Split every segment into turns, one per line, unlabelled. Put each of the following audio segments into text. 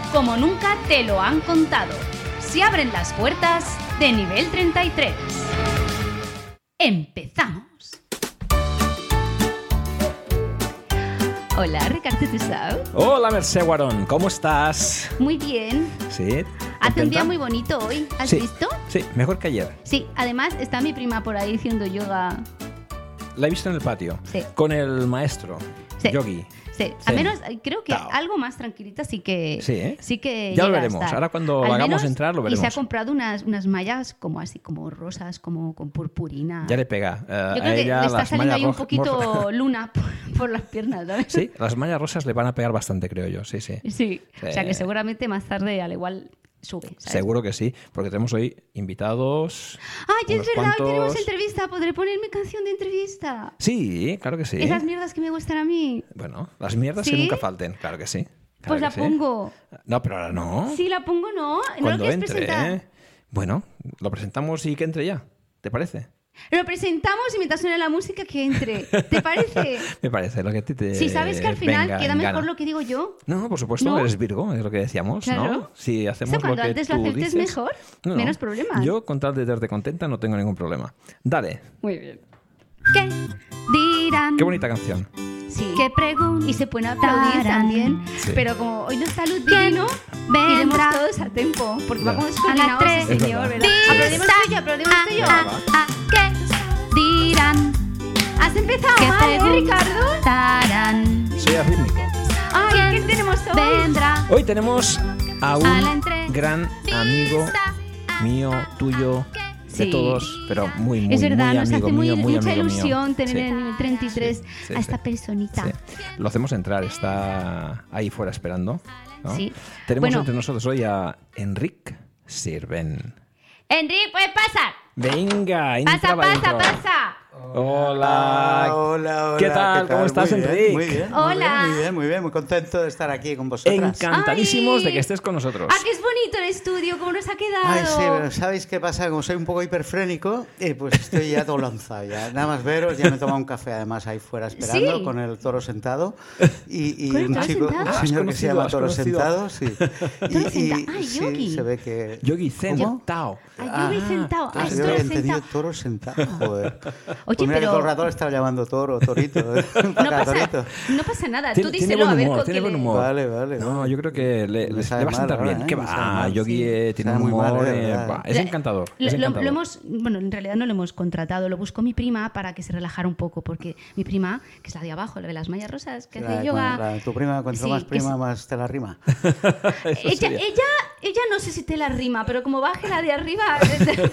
como nunca te lo han contado. Se abren las puertas de nivel 33. Empezamos. Hola, Ricardo Tutu Saus.
Hola, Mercé Guarón. ¿Cómo estás?
Muy bien.
Sí.
Hace un
¿contenta?
día muy bonito hoy. ¿Has
Sí,
visto?
Sí, mejor que ayer.
Sí, además está mi prima por ahí haciendo yoga.
La he visto en el patio.
Sí.
Con el maestro.
Sí.
Yogi.
Sí, a
Sí.
menos eh, creo que
Tao.
algo más tranquilita sí que
Sí, ¿eh?
que
Ya lo
llega a
veremos.
estar.
Ahora cuando
Al
hagamos
menos-
entrar, lo
Y se ha
veremos.
comprado unas, unas mallas como así como rosas, como con purpurina.
Ya le pega.
Yo
eh, a
creo que
ella
le está
las
saliendo
mallas
ahí un
rojas- morro-
poquito luna por, por las piernas, ¿sabes?
Sí, las mallas rosas le van a pegar bastante, creo yo. Sí, sí.
Sí. O sea que
Sí.
seguramente más tarde al igual sube. ¿sabes?
Seguro que sí, porque tenemos hoy invitados.
Ah, ya es
unos
verdad, hoy tenemos
cuantos.
entrevista. Podré poner mi canción de entrevista.
Sí, claro que sí.
Esas mierdas que me gustan a mí.
Bueno, las mierdas
¿Sí?
que nunca falten, claro que sí. claro
Pues
que
la
sí.
pongo.
No, pero ahora no.
Si la pongo, no. No lo
Ah. Cuando
quieres
entre,
presentar.
¿eh? Bueno, lo presentamos y que entre ya. ¿Te parece?
Lo presentamos y mientras suena la música que entre. ¿Te parece?
Me parece, lo que a ti te.
si sabes que al final
Eh, venga
queda
en
mejor
gana.
lo que digo yo.
No, por supuesto,
¿No?
eres Virgo, es lo que decíamos,
Claro.
¿no? Si hacemos
Eso,
lo
cuando
que
antes
tú
lo aceptes
dices.
mejor, menos problemas.
Yo, con tal de darte contenta, no tengo ningún problema. Dale,
Muy bien. ¿Qué dirán?
qué bonita canción.
Sí. ¿Qué preguntan? Y se pueden aplaudir
Tarán.
también.
Sí.
Pero como hoy no está luz divino,
vendrá?
iremos todos a tiempo. Porque
Ya.
vamos
A las
descoordinados,
tres.
sí,
Es
señor,
verdad.
¿verdad?
Sí.
Aplaudimos tú y yo, aplaudimos tú y yo.
Ah,
¿A qué dirán?
Has empezado
¿Qué
mal, ¿eh, Ricardo?
preguntarán?
Soy arrítmico.
Ay, ¿qué tenemos hoy?
Vendrá
Hoy tenemos a un
A la entre-
gran amigo mío, tuyo, de
Sí.
todos, pero muy, muy,
es verdad,
muy
nos
amigo
hace muy-
mío, muy
mucha
amigo mío.
ilusión tener
Sí.
en el
Ah,
nivel 33
Sí, sí,
a esta
sí.
personita.
Sí. Lo hacemos entrar, está ahí fuera esperando. ¿no?
Sí.
Tenemos
Bueno.
entre nosotros hoy a Enric Sirven.
Enrique, puedes pasar.
Venga, entra
Pasa,
para
pasa,
adentro.
pasa.
Hola.
Ah, hola, hola.
¿Qué tal? ¿Cómo estás,
muy bien,
Enric?
Muy bien.
Hola.
Muy bien, muy bien, muy bien. Muy contento de estar aquí con vosotras.
Encantadísimos
Ay.
de que estés con nosotros.
Ah, que es bonito el estudio, cómo nos ha quedado.
Ay, sí, pero ¿sabéis qué pasa? Como soy un poco hiperfrénico, eh, pues estoy ya todo lanzado ya. Nada más veros, ya me he tomado un café además ahí fuera esperando
Sí.
con el toro sentado. Y, y
¿Con el
un
toro
chico,
sentado?
un
Ah, Has
señor que se
conocido,
llama
has
toro
conocido.
sentado, sí.
Toro sentado. Ay,
sí,
Yogi.
se ve que...
Yogi Zen,
¿Cómo?
Tao.
Ah, Yogi sentado. Ah,
Entonces,
es
yo
toro
he entendido
sentado. Ah.
toro sentado, joder.
Oye,
Pues mira que
pero-
todo el rato le estaba llamando toro, torito. eh,
No
para
pasa,
torito.
no pasa nada, Ah, tú
Tiene- tiene
díselo
buen
a ver
humor,
con
tiene
quién
buen
le-
humor.
Vale, vale,
No,
vale.
yo creo que le,
Me
le-
sabe
le va a
mal
sentar
ahora,
bien.
¿eh?
¿Qué
Me sabe
va?
mal,
Yogi
sí.
eh, tiene un
Sabe muy mal,
humor.
de
eh,
verdad.
buah, es
Lo-
encantador.
Lo,
es
lo- lo
encantador.
hemos, bueno, en realidad no lo hemos contratado, lo buscó mi prima para que se relajara un poco, porque mi prima, que es la de abajo, la de las mallas rosas, que
La-
hace yoga.
con la- tu prima, cuanto
Sí,
más
que
prima,
es-
más te la rima.
Ella,
sería.
ella, ella no sé si te la rima, pero como baje la de arriba, vete,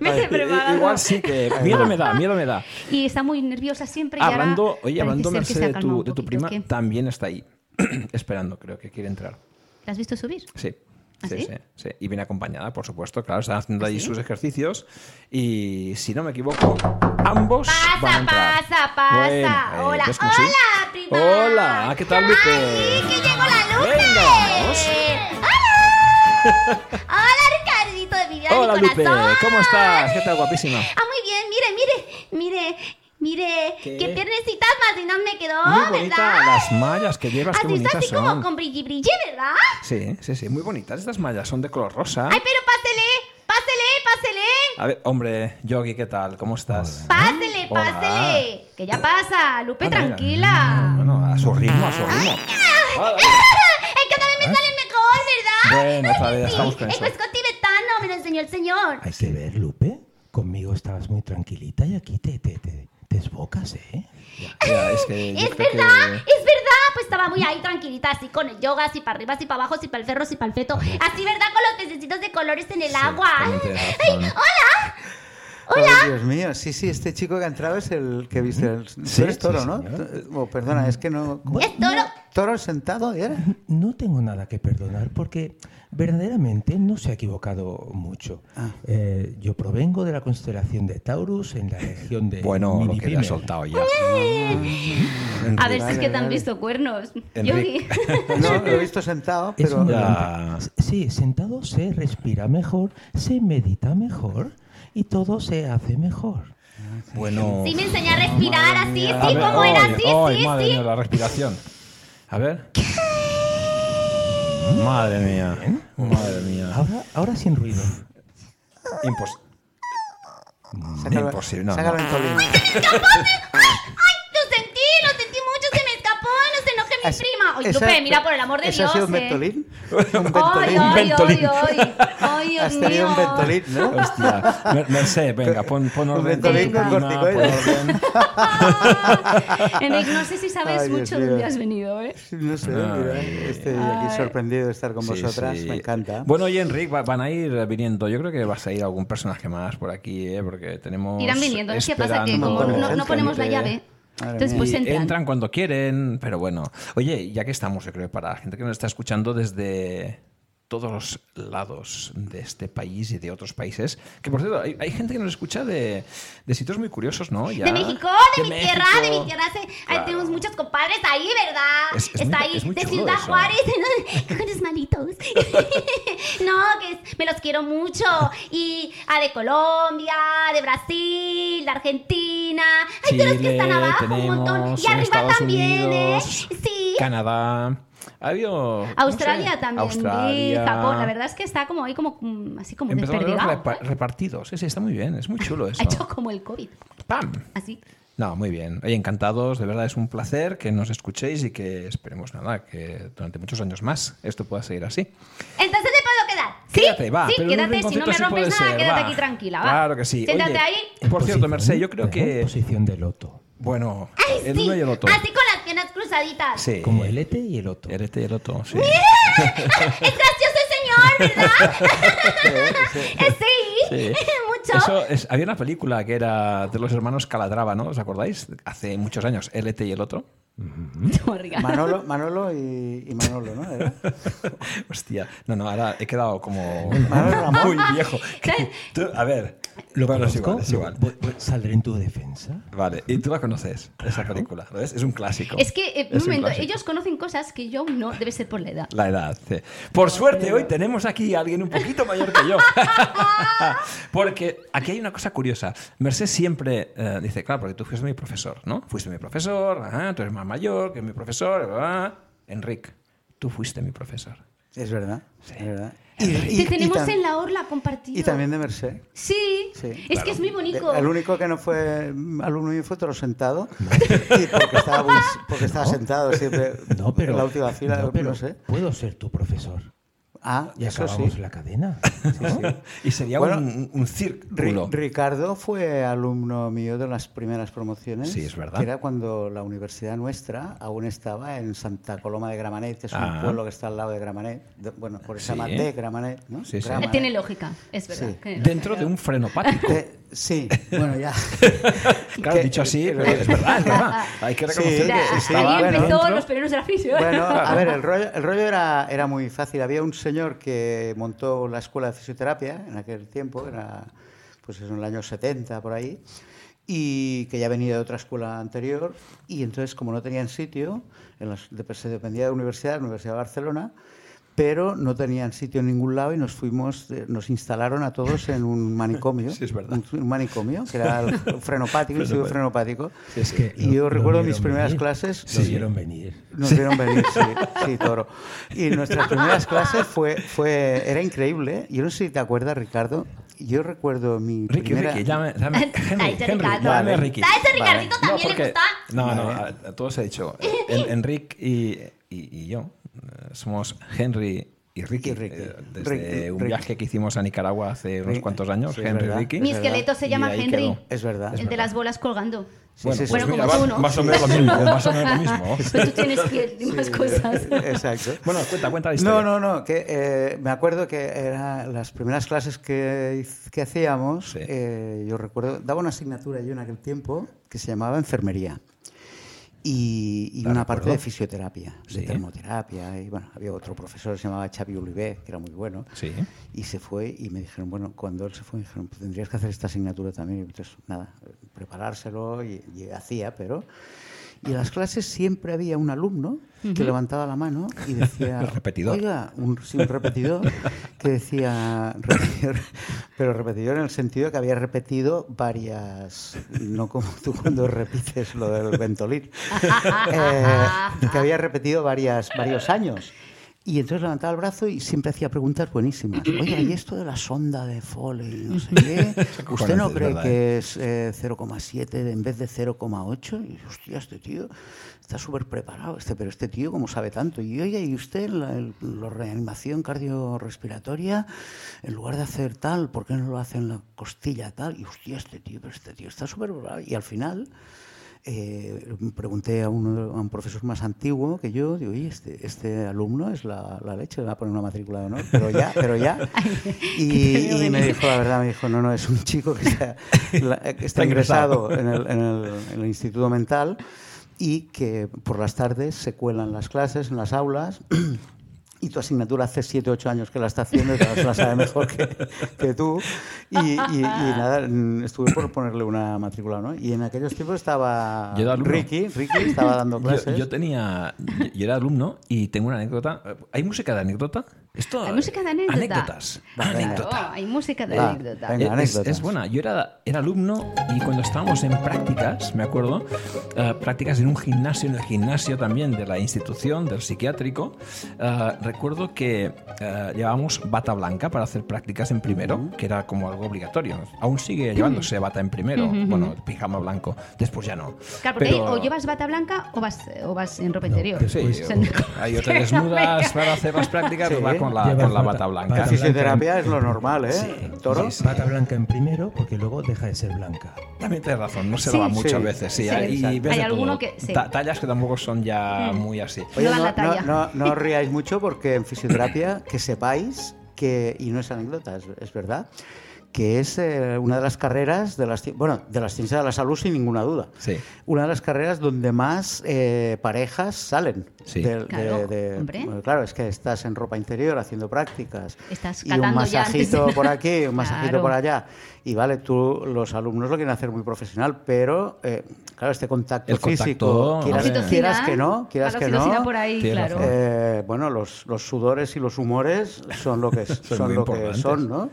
vete preparado.
Igual sí que. Miedo me da, miedo me da.
Y está muy nerviosa siempre. y ahora
Hablando, oye,
parece
hablando
ser que
Mercedes
se ha
de
calmado
tu,
un
de tu
poquito,
prima,
¿qué?
también está ahí, esperando, creo que quiere entrar.
¿La has visto subir?
Sí.
¿Ah,
Sí,
sí? ¿Ah,
sí, sí. Y viene acompañada, por supuesto. Claro, están haciendo ahí sus ejercicios. Y si no me equivoco, ambos.
Pasa,
van a entrar. eh,
pasa, pasa. Hola,
¿ves cómo sí?
hola, prima.
Hola, ¿qué tal, Lupe?
¡Ay, que llegó la Lupe!
Venga, vamos.
¡Hola! ¡Hola, Ricardito de mi vida,
Hola,
mi
Lupe.
corazón!
¿Cómo estás? ¿Qué tal, guapísima?
Ah, muy bien, mire, mire, mire, mire,
¿Qué?
qué, piernecitas más lindas me quedó,
Muy bonitas
¿verdad?
las mallas que llevas, qué
Has visto
bonitas
así como
son. Ah.
con brilli brilli, ¿verdad?
Sí, sí, sí, muy bonitas estas mallas, son de color rosa.
Ay, pero pásele, pásele, pásele,
A ver, hombre, Yogi, ¿qué tal? ¿Cómo estás?
pásele,
Hola.
pásele.
Que ya pasa, Lupe,
Ah, mira.
tranquila.
Bueno, a su ritmo, a su ritmo. Vale,
Es que también me sale mejor, ¿verdad?
Bueno, está bien,
Sí,
¿Ah? estamos con
Es
eso.
pescado tibetano, me lo enseñó el señor.
Hay que ver, Lupe. Conmigo estabas muy tranquilita y aquí te, te, te, te desbocas, ¿eh?
Mira, es que yo
Es
creo que-
verdad, es verdad. Pues estaba muy ahí tranquilita, así con el yoga, así para arriba, así para abajo, así para el ferro, así para el feto. Así, ¿verdad? Con los pececitos de colores en el
Sí,
agua.
también tienes
¡Ay,
razón.
hola!
Ay, Dios mío, sí, sí, este chico que ha entrado es el que viste. El... tú
Sí,
eres toro,
sí,
¿no?
señor.
T- oh, perdona, es que no.
Es toro.
¿Toro sentado era?
No tengo nada que perdonar porque verdaderamente no se ha equivocado mucho. Eh, yo provengo de la constelación de Taurus en la región de.
Bueno, lo que le
Minipimer.
ha soltado ya. Mm.
A ver si es
Vale,
que te han
vale.
visto cuernos.
Ah, Enrique.
Yogi.
No, lo he visto sentado,
Es
pero.
una
Ya.
gran- Sí, sentado se respira mejor, se medita mejor y todo se hace mejor.
Bueno.
Sí, me enseñó a respirar así,
A
sí,
ver,
como era
ay,
así,
ay,
sí,
madre
sí.
mía, la respiración. A ver. Madre mía. Madre mía.
Ahora, ahora sin ruido.
Impos-
Sácalo-
Imposible, no,
sácalo en Tolima.
¡Ay, lo sentí! ¡Lo sentí mucho! ¡Se me escapó! ¡No se enoje mi
Es-
prima! ¡Ay,
esa-
Lupe, mira, por el amor de
¿eso
Dios!
ha sido un
eh.
ventolín?
Ay,
Un ventolín.
ay,
ventolín.
ay, ay! ¡Ay, Dios
Has tenido
mío!
un ventolín, ¿no?
Hostia. Mer- Merced, venga, pon, pon orden.
Ventolín
tu
con
prima, pon
corticoides.
orden.
Enrique, no sé si sabes
Ay, Dios
mucho de dónde
mío.
has venido, ¿eh?
No sé, mira, estoy aquí sorprendido de estar con
Sí,
vosotras,
sí.
me encanta.
Bueno, y Enric, va- van a ir viniendo. Yo creo que vas a ir algún personaje más por aquí, ¿eh? porque tenemos.
Irán viniendo. Es que pasa que
esperando-
como no, no
gente.
ponemos la llave,
Madre
entonces
mía.
pues
Y
entran.
entran cuando quieren, pero bueno. Oye, ya que estamos, yo creo, para la gente que nos está escuchando desde todos los lados de este país y de otros países, que por cierto, hay, hay gente que nos escucha de, de sitios muy curiosos, ¿no? Ya.
De México, de, mi
México.
tierra, de mi tierra. se- Ahí
Claro.
tenemos muchos compadres ahí, ¿verdad?
Es- es
Está
muy-
ahí,
es muy
de
chulo
Ciudad
eso.
Juárez, con los manitos. no, que es- me los quiero mucho. Y ah, de Colombia, de Brasil, de Argentina. Hay todos que están
Chile,
abajo un
tenemos
montón. Y
en
arriba
Estados
también,
Unidos,
¿eh? Sí. ¿eh?
Canadá. Ha habido. no
Australia
sé,
también,
Australia.
y Japón. La verdad es que está como ahí, como mm, así como
Empezamos a verlos
desperdigado.
repa- repartidos. Sí, sí, está muy bien. Es muy chulo eso.
Ha hecho como el COVID.
¡Pam!
Así.
No, muy bien. Oye, encantados. De verdad es un placer que nos escuchéis y que esperemos nada, que durante muchos años más esto pueda seguir así.
Entonces me puedo quedar. ¿Sí?
Quédate, va.
sí,
pero en un
quédate, si no me
rinconcito sí
rompes
puede
nada,
ser,
quédate
va.
aquí tranquila, va.
Claro que sí.
Siéntate
Oye,
ahí.
Por cierto,
Posición-
Merced, yo creo
eh,
que.
Posición del loto.
Bueno,
Ay,
el
sí.
uno y el otro.
Así con las piernas cruzaditas.
Sí.
Como el ete y el otro.
El este y el otro, sí.
Es gracioso el señor, ¿verdad? Eh, sí,
Sí.
mucho.
Eso es- había una película que era de los hermanos Calatrava, ¿no? ¿Os acordáis? Hace muchos años, LT y el otro.
Morrigan.
Manolo, Manolo y, y Manolo, ¿no? Era.
Hostia, no, no, ahora he quedado como
Manolo Ramón.
muy viejo. Tú- a ver,
¿Lo
bueno, es
conozco?
igual, es
Lo-
igual.
voy- voy- ¿Saldré en tu defensa?
Vale, y tú la conoces, esa película, ¿lo ves? Es un clásico.
Es que, eh, un
Es un
momento,
clásico.
ellos conocen cosas que yo aún no, debe ser por la edad.
La edad. sí. Por suerte, hoy tenemos aquí a alguien un poquito mayor que yo. porque aquí hay una cosa curiosa. Merced siempre eh, dice, claro, porque tú fuiste mi profesor, ¿no? Fuiste mi profesor, ajá, tú eres más mayor que mi profesor. ah". Enric, tú fuiste mi profesor.
Es verdad, es verdad.
Te tenemos
tam-
en la orla compartido.
y también de Merced.
Sí,
Sí,
es
claro.
que es muy bonito. Eh,
El único que no fue mm, alumno mío fue Toro sentado. Y porque estaba, muy- porque estaba sentado siempre.
No, pero.
En la última fila, no,
pero
sé.
Puedo ser tu profesor.
Ah,
Y
eso sí.
acabamos la cadena.
Y sería
Bueno,
un, un
Ri-
círculo.
Ricardo fue alumno mío de las primeras promociones.
Sí, es verdad.
Que era cuando la universidad nuestra aún estaba en Santa Coloma de Gramanet, que es
Ah.
un pueblo que está al lado de Gramanet. De- bueno, por eso se llama
Sí.
de Gramanet, ¿no?
Sí, sí.
Gramanet.
Tiene lógica, es verdad.
Sí.
Tiene
Dentro de un frenopático.
Eh, sí, bueno, ya.
Claro,
Que-
dicho así,
que-
pero es verdad, es verdad. Hay que
Sí,
reconocer
sí,
que
sí.
estaba
Ahí empezó
dentro.
los peruanos ¿eh? de la afición.
Bueno, a ver, el rollo, el rollo era, era muy fácil. Había un señor que montó la escuela de fisioterapia en aquel tiempo, era pues en el año 70 por ahí, y que ya venía de otra escuela anterior. Y entonces, como no tenían sitio, en las- de- se dependía de la universidad, la Universidad de Barcelona, pero no tenían sitio en ningún lado y nos fuimos, eh, nos instalaron a todos en un manicomio.
Sí, es verdad.
un- Un, manicomio, que era el frenopático, el instituto frenopático.
Es que
y
lo-
yo
lo
recuerdo mis
vieron
primeras
venir.
clases.
Lo vieron venir.
Nos vieron venir, sí, sí, toro. Y nuestras primeras clases fue, fue, era increíble. ¿eh? Yo no sé si te acuerdas, Ricardo. Yo recuerdo mi
Ricky,
primera.
Ricky, llame, llame- Henry,
ese
Henry,
Ricardo.
llame a
Vale.
Ricky.
¿Sabes? A ese Ricardito también le gusta.
No, no, a, a todos he dicho. eh, en- Enric y, y, y yo eh, somos Henry y Ricky.
Y Ricky.
eh, desde
Ricky,
un
Ricky.
viaje que hicimos a Nicaragua hace unos
Ricky.
cuantos años,
Sí, es
Henry
verdad.
Ricky.
Es
Mi
verdad.
esqueleto se
Y
llama
ahí
Henry.
quedó.
Es verdad.
El de las bolas colgando.
Sí,
Bueno,
sí, sí,
pues
sí.
mira,
como tú,
va-
¿no?
más o menos lo mismo, más o menos lo mismo.
Pero tú tienes que más cosas.
Exacto.
Bueno, cuenta, cuenta la historia.
No, no, no, que eh, me acuerdo que eran las primeras clases que, hiz- que hacíamos,
Sí.
eh, yo recuerdo, daba una asignatura yo en aquel tiempo que se llamaba enfermería y, y
La
una
recuerdo.
parte de fisioterapia,
Sí.
de termoterapia, y bueno, había otro profesor que se llamaba Xavi Olivé, que era muy bueno,
Sí.
y se fue y me dijeron, bueno, cuando él se fue, me dijeron, "Pues tendrías que hacer esta asignatura también. Y entonces, nada, preparárselo y, y hacía, pero... Y en las clases siempre había un alumno que levantaba la mano y decía...
El repetidor.
Oiga, un, sí, un repetidor que decía... repetidor, pero repetidor en el sentido que había repetido varias... No como tú cuando repites lo del ventolín. Eh, que había repetido varias, varios años. Y entonces levantaba el brazo y siempre hacía preguntas buenísimas. Oiga, ¿y esto de la sonda de Foley? No sé qué. ¿Usted
acojonante,
no
es
cree
verdad,
que es eh, 0,7 de- en vez de 0,8? Y hostia, este tío está súper preparado. Este, pero este tío, ¿cómo sabe tanto? Y oiga, ¿y usted la, el- la reanimación cardiorrespiratoria, en lugar de hacer tal, ¿por qué no lo hace en la costilla tal? Y hostia, este tío, pero este tío está súper preparado. Y al final... Eh, pregunté a, uno- a un profesor más antiguo que yo, digo, oye, este, este alumno es la, la leche, le va a poner una matrícula de honor, pero ya, pero ya. Y, y me dijo, la verdad, me dijo, no, no, es un chico que está, la- que está ingresado en el, en el- en el instituto mental y que por las tardes se cuelan las clases en las aulas. Y tu asignatura hace 7 8 años que la está haciendo, y claro, se la sabe mejor que, que tú. Y, y- y nada, mm, estuve por ponerle una matrícula, ¿no? Y en aquellos tiempos estaba
Yo era alumno.
Ricky, Ricky estaba dando
Yo,
clases.
yo tenía. yo- Yo era alumno y tengo una anécdota. ¿Hay música de anécdota? Esto,
Hay música de anécdota.
Anécdotas.
Vale.
anécdota.
Oh, hay música de
Va,
anécdota.
Ah, venga.
Eh, Es,
anécdotas.
es buena. Yo era, era alumno y cuando estábamos en prácticas, me acuerdo, eh, prácticas en un gimnasio, en el gimnasio también de la institución, del psiquiátrico, eh, recuerdo que eh, llevábamos bata blanca para hacer prácticas en primero, que era como algo obligatorio. Aún sigue llevándose bata en primero, bueno, el pijama blanco, después ya no.
Claro, porque
Pero-
ahí o llevas bata blanca o vas, o vas en ropa interior.
pero
Sí,
Pues-
O sea, no-
hay otras desnudas para hacer las prácticas,
Sí.
va con la,
Llevas
con la
bata-
bata blanca.
bata
Fisioterapia es lo normal, ¿eh?
Sí,
Toro.
sí, sí.
Bata blanca en primero porque luego deja de ser blanca.
También tienes razón, no se
Sí.
lava muchas
Sí.
veces. Sí,
Sí,
hay,
exacto.
y ves
Hay
de todo.
alguno que- sí. Mm.
Ta- Tallas que tampoco son ya muy así.
No dan la talla.
no, no os riáis mucho porque en fisioterapia que sepáis que, y no es anécdota, es, es verdad, que es eh, una de las carreras de las, ci- bueno, de las ciencias de la salud sin ninguna duda.
Sí.
Una de las carreras donde más eh, parejas salen.
Sí.
del-
Claro, hombre.
bueno, claro, es que estás en ropa interior haciendo prácticas.
Estás
y un
catando ya
masajito
antes.
por aquí, un masajito
Claro.
por allá. Y vale, tú, los alumnos lo quieren hacer muy profesional, pero eh, claro, este contacto
El contacto,
físico,
hombre.
quieras, quieras que no, quieras
la
que
oxitocina
no.
por ahí,
Tienes
claro.
razón.
Eh, bueno, los, los sudores y los humores son lo que, es-
Son
son
muy
lo que
importantes.
son, ¿no?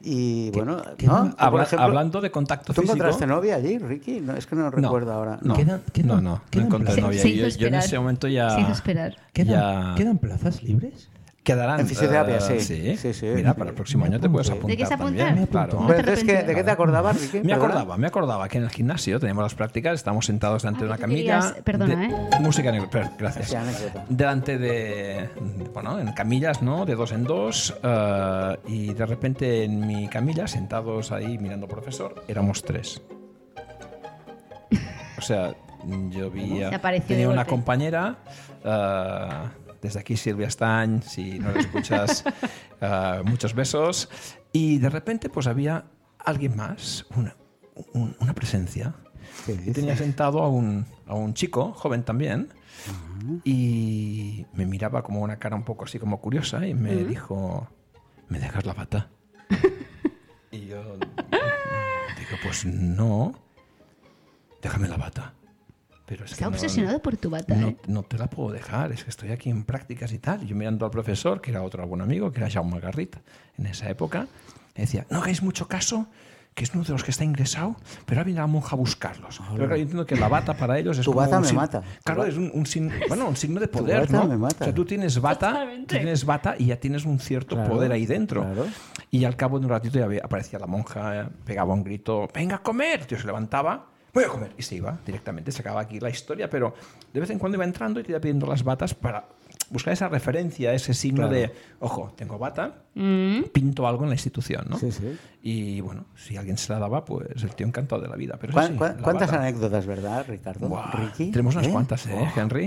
Y bueno,
qué-
¿no? Tú, por
Habla-
ejemplo,
hablando de contacto
¿Tú
físico.
encontraste novia allí, Ricky? No, es que no recuerdo ahora.
No,
Quedan-
no,
quedan-
no, no
quedan
encontré
plazas.
novia.
Se
Yo,
hizo
yo en
esperar.
ese momento ya.
Se hizo esperar.
¿Quedan,
Ya-
¿quedan plazas libres?
Quedarán.
En fisioterapia,
eh,
sí.
sí.
Sí, sí.
Mira, para el próximo año te puedes apuntar.
¿De qué se apuntan?
también,
Me
claro.
apunto.
Pero
te
entonces, ¿qué-
arrepientes.
¿De qué te acordabas, Ricky?
Me
Perdona.
acordaba, me acordaba que en el gimnasio teníamos las prácticas, estábamos sentados
Ah,
delante de una
que tú querías-
camilla.
perdona, ¿eh?
de- Música en el- per- gracias.
Sí, anécdota.
delante de. Bueno, en camillas, ¿no? De dos en dos. eh, y de repente en mi camilla, sentados ahí mirando al profesor, éramos tres. O sea, yo vi. a-
Se apareció
tenía
de
una
golpe.
compañera. eh, desde aquí, Silvia Stañ, si no lo escuchas, eh, muchos besos. Y de repente, pues había alguien más, una, un- una presencia.
¿Qué
Y tenía sentado a un, a un chico, joven también, y me miraba como una cara un poco así como curiosa y me dijo, ¿me dejas la bata? y yo digo, pues no, déjame la bata. Pero es que
Está
no-
obsesionado por tu bata,
no,
¿eh?
no te la puedo dejar, es que estoy aquí en prácticas y tal. Y Yo mirando al profesor, que era otro buen amigo, que era Jaume Garrit, en esa época, me decía, no hagáis mucho caso, que es uno de los que está ingresado, pero ha venido la monja a buscarlos. Pero claro, yo entiendo que la bata para ellos es
Ah, Tu
como
bata
un
me
sin-
mata.
Claro, es un, un sin- bueno, un signo de poder,
bata
¿no?
me mata.
O sea, tú tienes bata, tú
Totalmente.
tienes bata y ya tienes un cierto
Claro,
poder ahí dentro.
claro.
Y al cabo de un ratito ya ve- aparecía la monja, eh, pegaba un grito, venga a comer. El tío se levantaba, voy a comer. Y se iba directamente, se acababa aquí la historia, pero de vez en cuando iba entrando y te iba pidiendo las batas para buscar esa referencia, ese signo de, ojo, tengo bata,
Mm.
pinto algo en la institución, ¿no?
Sí, sí.
Y bueno, si alguien se la daba, pues el tío encantado de la vida. Pero eso
¿Cuán-
sí,
cuán-
la
¿Cuántas
bata.
anécdotas, verdad, Ricardo?
Buah,
Ricky,
Tenemos unas
¿eh?
cuantas, ¿eh, Henry?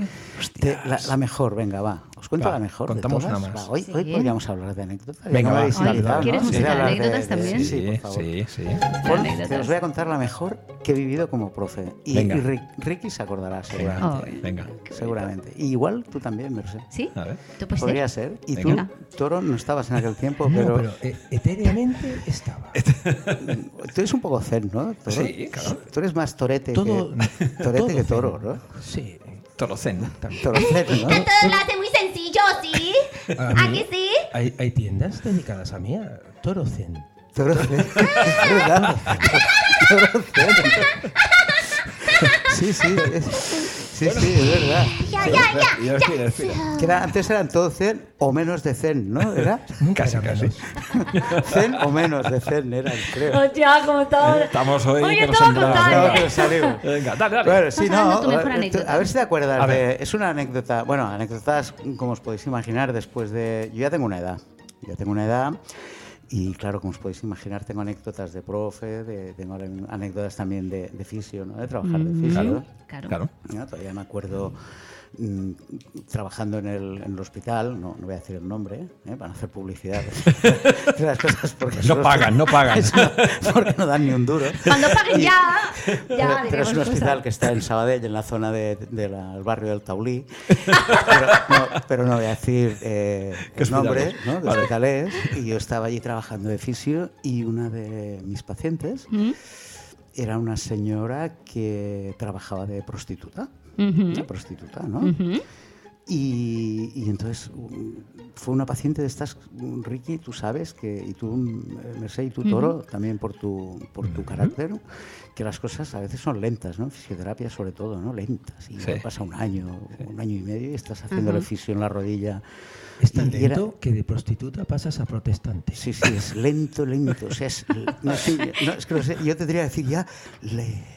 Te-
Hostias.
la, la mejor, venga, va. Os cuento
Va,
la mejor.
contamos
de todas.
una más.
Va, hoy, hoy
Sí.
podríamos hablar de anécdotas. ya
Venga,
me
va.
habéis
Ay,
invitado,
¿quieres
¿no? Sí,
música de
hablar
anécdotas también?
Sí, por favor.
sí, sí.
Pon-
anécdotas.
te os voy a contar la mejor que he vivido como profe. Y,
Venga.
y Ri- Ricky se acordará, seguramente.
Venga,
Ay.
venga.
seguramente. Y igual tú también, Merced.
Oh, ¿Sí? pues
A ver.
¿Tú puedes
Podría
ser?
ser. Y
Venga.
tú, Toro, no estabas en aquel tiempo,
No,
pero, Este
pero eh, etéreamente estaba.
tú eres un poco zen, ¿no? Toro?
Sí, claro.
Tú eres más torete,
Todo-
que, torete
todo
que
zen.
toro, ¿no?
Sí.
Torocen.
Toro zen, ¿no?
Ya todo lo hace muy sencillo, ¿sí?
A
¿A
mí
que sí?
Hay, hay tiendas dedicadas a mí, a Toro Zen.
Toro zen. Es verdad. Toro zen. Sí, sí. es- sí, sí, es verdad.
Ya, ya, ya.
Ya, mira, mira.
Que era- antes eran todo zen o menos de zen, ¿no? ¿Era?
Nunca
Casi,
era
casi.
menos.
Zen o menos de zen eran, creo.
Hostia, ¿cómo estamos?
Estamos hoy
Oye,
que nos
todo
entramos.
contrario.
No, que salimos.
Venga, dale, dale.
Bueno,
Vas
sí,
hablando
no.
tu mejor
eh,
anécdota.
A ver si te acuerdas.
A
De, es una anécdota. Bueno, anécdotas, como os podéis imaginar, después de. Yo ya tengo una edad. Yo ya tengo una edad. Y claro, como os podéis imaginar, tengo anécdotas de profe, de, tengo anécdotas también de, de fisio, ¿no? De trabajar de fisio.
Claro,
Mm. Claro.
claro.
¿no? Todavía me acuerdo mm, trabajando en el, en el hospital, no, no voy a decir el nombre, ¿eh? van a hacer publicidad de las cosas porque
No pagan, no pagan.
porque no dan ni un duro.
Cuando paguen ya,
Pero-
ya
pero es
diremos
un hospital
cosas.
que está en Sabadell, en la zona de- del barrio del Taulí. pero, no, pero no voy a decir eh,
¿Qué
el nombre,
hospital es?
¿no? ¿Qué
Vale.
hospital es? Y yo estaba allí trabajando de fisio y una de mis pacientes
¿Mm?
era una señora que trabajaba de prostituta.
Ujú,
de prostituta, ¿no?
ujú.
Y, y entonces mm, fue una paciente de estas, mm, Ricky, tú sabes, que, y tú, mm, Merced, y tú, Toro, también por tu, por tu carácter, ¿no? que las cosas a veces son lentas, ¿no? En Fisioterapia sobre todo, ¿no? Lentas. Y
Sí.
pasa un año, un año y medio y estás haciendo el fisio en la rodilla.
Es tan
Y era-
lento que de prostituta pasas a protestante.
Sí, sí, es lento, lento. O sea, es, no sé, no, es que no sé, yo tendría que decir ya... le-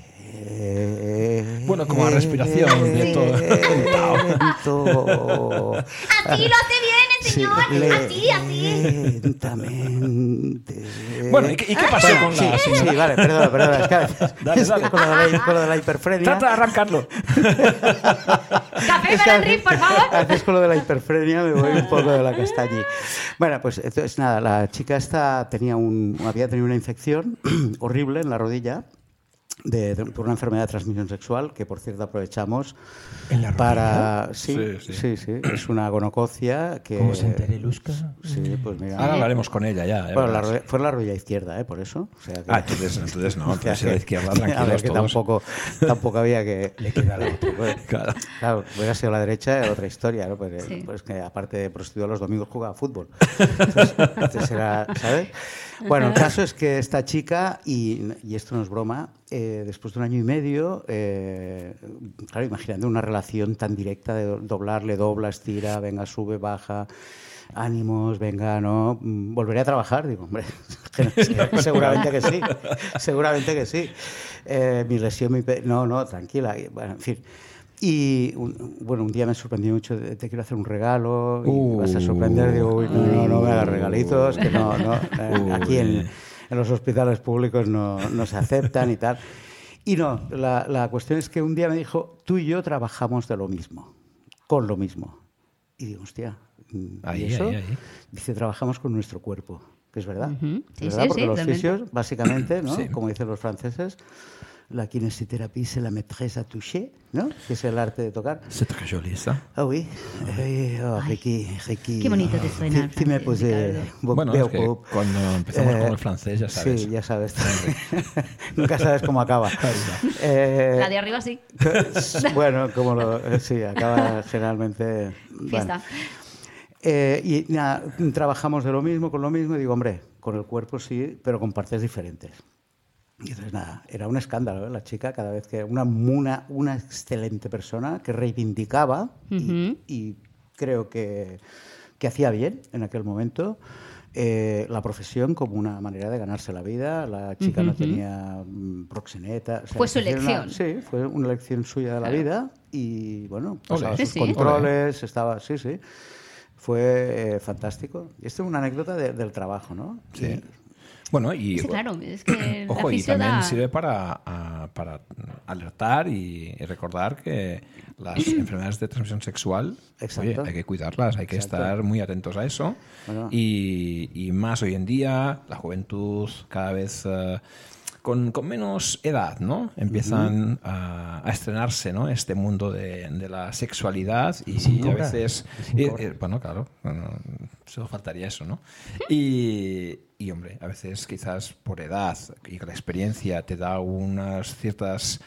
Bueno, como la respiración de todo.
Lento.
Así lo hace bien el señor. Así, así.
Lentamente.
Bueno, ¿y qué, y qué pasó
Bueno,
con
Eh, sí,
la señora?
sí, vale, perdona, perdona. Es que a veces-
Dale,
es que
dale.
Con, lo de la, con lo de la hiperfrenia.
Trata de arrancarlo.
Café para
Es que
Henry, por favor.
Haces con lo de la hiperfrenia, me voy un poco de la castaña. Bueno, pues entonces nada, la chica esta tenía un, había tenido una infección horrible en la rodilla de- de- por una enfermedad de transmisión sexual que, por cierto, aprovechamos
En la
para... Sí,
Sí,
sí,
sí.
sí, Es una gonococia que...
Como se entere Luzca.
Sí, pues mira.
Ahora hablaremos con ella ya. ya
Bueno, la
verás.
rodilla- fue la rodilla izquierda, ¿eh? Por eso. O sea que-
Ah, entonces, entonces no,
que-
entonces la izquierda,
a ver,
tranquilos
que
todos.
tampoco, tampoco había que...
Le queda la otra.
Claro.
Claro, hubiera sido la derecha, era otra historia, ¿no? Porque,
Sí.
Pues que aparte de prostituta los domingos jugaba fútbol. Entonces, entonces era, Este ¿sabes? Bueno, el caso es que esta chica, y, y esto no es broma, eh, después de un año y medio, eh, claro, imaginando una relación tan directa de doblar, le dobla, estira, venga, sube, baja, ánimos, venga, ¿no? Mm, ¿Volveré a trabajar? Digo, hombre, seguramente que sí, seguramente que sí. Eh, mi lesión, mi... pe- No, no, tranquila, y, bueno, en fin. Y un- bueno, un día me sorprendió mucho, de, te quiero hacer un regalo, y me vas a sorprender, digo, "Uy, no, no, no me hagas regalitos, que no, no, eh, aquí en, en los hospitales públicos no, no se aceptan y tal. Y no, la, la cuestión es que un día me dijo, tú y yo trabajamos de lo mismo, con lo mismo. Y digo, hostia, mm, ¿y
Ahí,
eso?
ahí, ahí.
Dice, trabajamos con nuestro cuerpo, que es verdad.
Ujú.
Es
Sí,
verdad,
sí,
porque
sí,
los
totalmente.
fisios, básicamente, ¿no?
Sí.
como dicen los franceses, la kinésithérapie, c'est la maîtresse à toucher, ¿no? que es el arte de tocar.
Se traje joli, ¿está?
Ah oui, eh, oh, Ricky, Ricky.
qué bonito te suena el
Sí, sí me
francés,
puse
Ricardo.
bo-
Bueno, es
veo
que
pop.
cuando empezamos
Eh,
con el francés, ya sabes.
Sí, ya sabes. Nunca sabes cómo acaba. Eh, pues,
La de arriba sí.
bueno, como lo, eh, sí, acaba generalmente. bueno.
Fiesta.
Eh, y nada, trabajamos de lo mismo, con lo mismo, y digo, hombre, con el cuerpo sí, pero con partes diferentes. Y entonces nada, era un escándalo, ¿eh? la chica cada vez que una, una, una excelente persona que reivindicaba y-
Ujú.
y, creo que, que hacía bien en aquel momento eh, la profesión como una manera de ganarse la vida. La chica no tenía mm, proxeneta. o sea,
Fue su
hicieron una-
elección.
sí, fue una elección suya de la vida y bueno, pasaba
Sí,
sus
sí.
controles, estaba, sí, sí. Fue eh, fantástico. Y Esto es una anécdota de- del trabajo, ¿no?
Sí. Bueno, y.
Sí, claro, es que la
Ojo, y
fisio
también
da-
sirve para, a- para alertar y, y recordar que las enfermedades de transmisión sexual
Exacto.
oye, hay que cuidarlas, hay que estar muy atentos a eso.
Bueno.
Y, y más hoy en día, la juventud cada vez eh, con, con menos edad, ¿no? Empiezan a, a estrenarse, ¿no? Este mundo de, de la sexualidad y,
sin
y a
cobrar,
veces...
y sin
y-
cobrar.
eh, bueno, claro, bueno, solo faltaría eso, ¿no? Y, y, hombre, a veces quizás por edad y la experiencia te da unas ciertas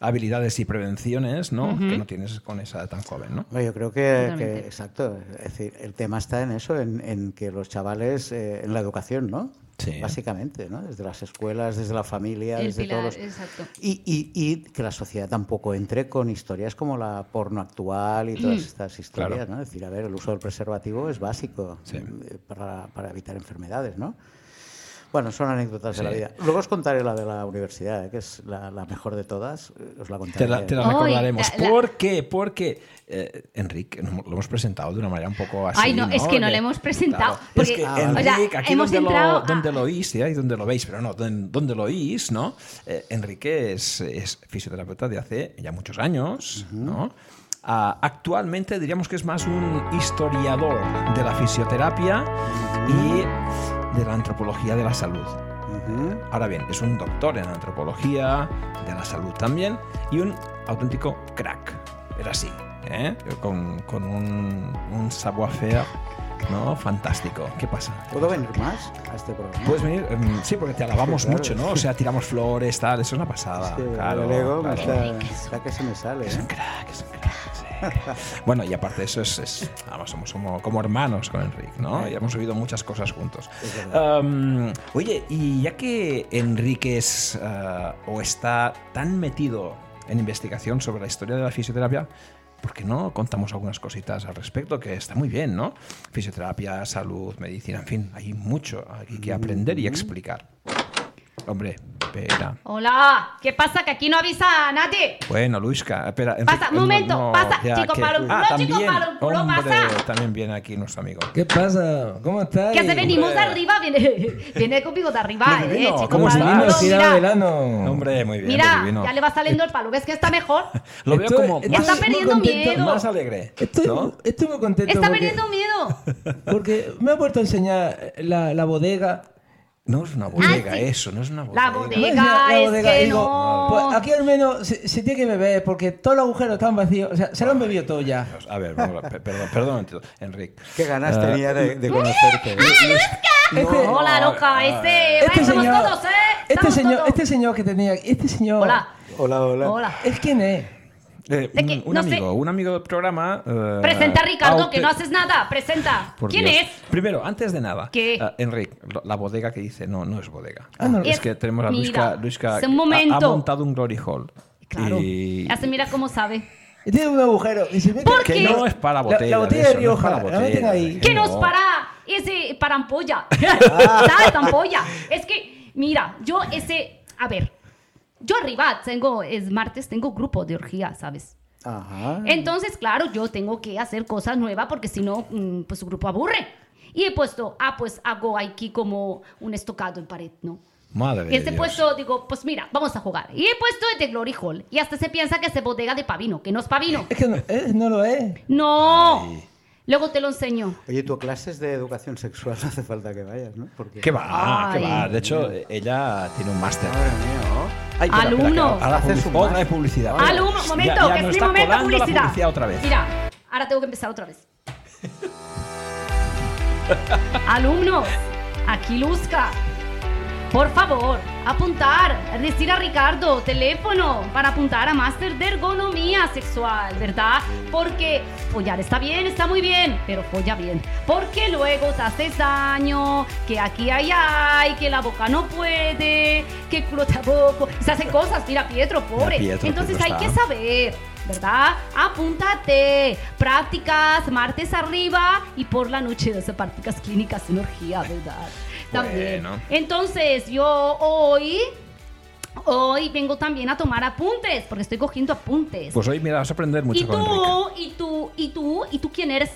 habilidades y prevenciones, ¿no? Que no tienes con esa edad tan joven, ¿no?
Bueno, yo creo que,
Totalmente.
que- exacto. Es decir, el tema está en eso, en, en que los chavales, eh, en la educación, ¿no?
Sí.
Básicamente, ¿no? Desde las escuelas, desde la familia,
El
desde
pilar,
todos los...
exacto.
Y, y- y que la sociedad tampoco entre con historias como la porno actual y todas estas historias,
Mm. Claro.
¿no? Es decir, a ver, el uso del preservativo es básico
Sí.
eh, para, para evitar enfermedades, ¿no? Bueno, son anécdotas de la
Sí.
vida. Luego os contaré la de la universidad, ¿eh? que es la, la mejor de todas. Eh, Os la
Te
contaré.
la, te la
Hoy,
recordaremos.
la- la-
¿Por qué? Porque, eh, Enrique, no- lo hemos presentado de una manera un poco así.
Ay, no, es que no
De-
le hemos presentado,
Claro,
porque-
es que,
Ah,
Enric,
vale. o sea,
aquí
hemos
donde,
entrado
lo,
a-
donde lo oís, ya, y donde lo veis, pero no, don- donde lo oís, ¿no? Eh, Enrique es, es fisioterapeuta de hace ya muchos años, ¿no? Ah, actualmente diríamos que es más un historiador de la fisioterapia y de la antropología de la salud.
Ujú.
Ahora bien, es un doctor en antropología, de la salud también, y un auténtico crack. Era así, ¿eh? Con, con un, un savoir-faire ¿no? fantástico. ¿Qué pasa?
¿Puedo venir más a este programa?
Puedes venir, Em, sí, porque te alabamos
Sí, claro.
mucho, ¿no? O sea, tiramos flores, tal, eso es una pasada.
Es que
claro,
el ego me
claro.
está, está que se me sale.
Es un
¿eh?
crack, es un crack. sí. Bueno, y aparte de eso, es, es- vamos, somos como, como hermanos con Enric, ¿no? Y hemos vivido muchas cosas juntos. Um, oye, y ya que Enrique es ah, o está tan metido en investigación sobre la historia de la fisioterapia, ¿por qué no contamos algunas cositas al respecto? Que está muy bien, ¿no? Fisioterapia, salud, medicina, en fin, hay mucho aquí que aprender y explicar. Hombre, espera.
Hola, ¿qué pasa? Que aquí no avisa a nadie.
Bueno, Luisca, espera. en
Pasa,
fin, no,
momento,
no,
pasa,
ya
chico
que-
palo,
ah,
culo, chico
también,
palo, culo,
hombre,
pasa.
También viene aquí nuestro amigo.
¿Qué pasa? ¿Cómo estáis?
Que hace venimos de arriba, viene, viene conmigo de arriba,
Bueno,
eh,
vino,
chico
¿cómo
¿Cómo
palo,
estás?
culo,
estás?
mira.
Tirado del
Mm.
ano.
Hombre, muy bien.
Mira,
muy divino.
ya le va saliendo el palo. ¿Ves que está mejor?
Lo veo
Estoy-
como
estoy
Ya está
más,
muy
perdiendo
contento.
miedo.
más alegre.
Estoy,
¿no?
estoy muy contento
Está
porque,
perdiendo miedo.
porque me ha vuelto a enseñar la, la bodega.
No es una bodega
Ah, sí.
eso, no es una bodega.
La
Me ha
bodega.
enseñado la
es que
Digo,
no.
pues aquí al menos se, se tiene que beber porque todos los agujeros están vacíos. O sea, se lo han bebido todo ya.
Dios, A ver, vamos a- per- perdón, perdón, Enrique.
Qué ganas
Ah,
tenía de, de conocerte. ¿eh?
Este-
Hola, loca, ese. eh, vamos todos, ¿eh?
este
Estamos
señor,
todos.
este señor que tenía, este señor,
Hola,
Hola, hola.
hola.
¿es quién es?
Eh,
Es
un,
que
un
no sé.
amigo, un amigo del programa. eh,
Presenta a Ricardo,
Aute-
que no haces nada. Presenta.
Por
¿Quién
Dios.
es?
Primero, antes de nada,
¿Qué?
eh, Enric, lo- la bodega que dice no, no es bodega.
Ah, no,
es,
es-
que tenemos a
mira,
Luisca, Luisca
es un
ha- Ha,
momento.
montado un glory hall.
Claro.
Y-
Hace, mira cómo sabe.
Tiene un agujero. y se mete-
¿Por
que
qué?
no es para
La-
botella.
la botella
eso,
de
no es
Rioja,
para
la
botella,
meten ahí.
¿Qué nos
no.
para? Ese para ampolla. ¿Sabes? Ampolla. Es que, mira, yo ese. A ver. Yo arriba tengo, es martes, tengo grupo de orgía, ¿sabes?
Ajá.
Entonces, claro, yo tengo que hacer cosas nuevas porque si no, mm, pues su grupo aburre. Y he puesto, ah, pues hago aquí como un estocado en pared, ¿no?
Madre
Y este
de Dios.
puesto, digo, pues mira, vamos a jugar. Y he puesto el de Glory Hall. Y hasta se piensa que es de bodega de pavino, que no es pavino.
Es que no, eh, no lo es.
¡No! Luego te lo enseño.
Oye, tu clases de educación sexual no hace falta que vayas, ¿no? Porque...
¿Qué va?
Ay.
¿Qué va? De hecho, eh, ella tiene un máster.
Madre mía, ¿no?
Ay, espera, espera,
Alumno.
que ahora
Haces
publici-
un
otra
máster.
vez publicidad.
Alumno,
Ya-
momento,
ya
que
nos
es mi
está
momento
colando la
publicidad.
publicidad otra vez.
Mira, ahora tengo que empezar otra vez. Alumnos, aquí Luzca. Por favor, apuntar, decir a Ricardo, teléfono, para apuntar a máster de ergonomía sexual, ¿verdad? Porque follar está bien, está muy bien, pero folla bien. Porque luego te haces daño, que aquí hay, ay, que la boca no puede, que culo tampoco. Se hacen cosas, mira, Pietro, pobre.
Pietro,
Entonces
Pietro
hay
está.
que saber. ¿verdad? Apúntate. Prácticas martes arriba y por la noche de prácticas clínicas en orgía, ¿verdad? También.
Bueno.
Entonces, yo hoy. Hoy vengo también a tomar apuntes, porque estoy cogiendo apuntes.
Pues hoy me vas a aprender mucho
y
con Enrique.
tú, y tú, y tú, y tú, ¿quién eres?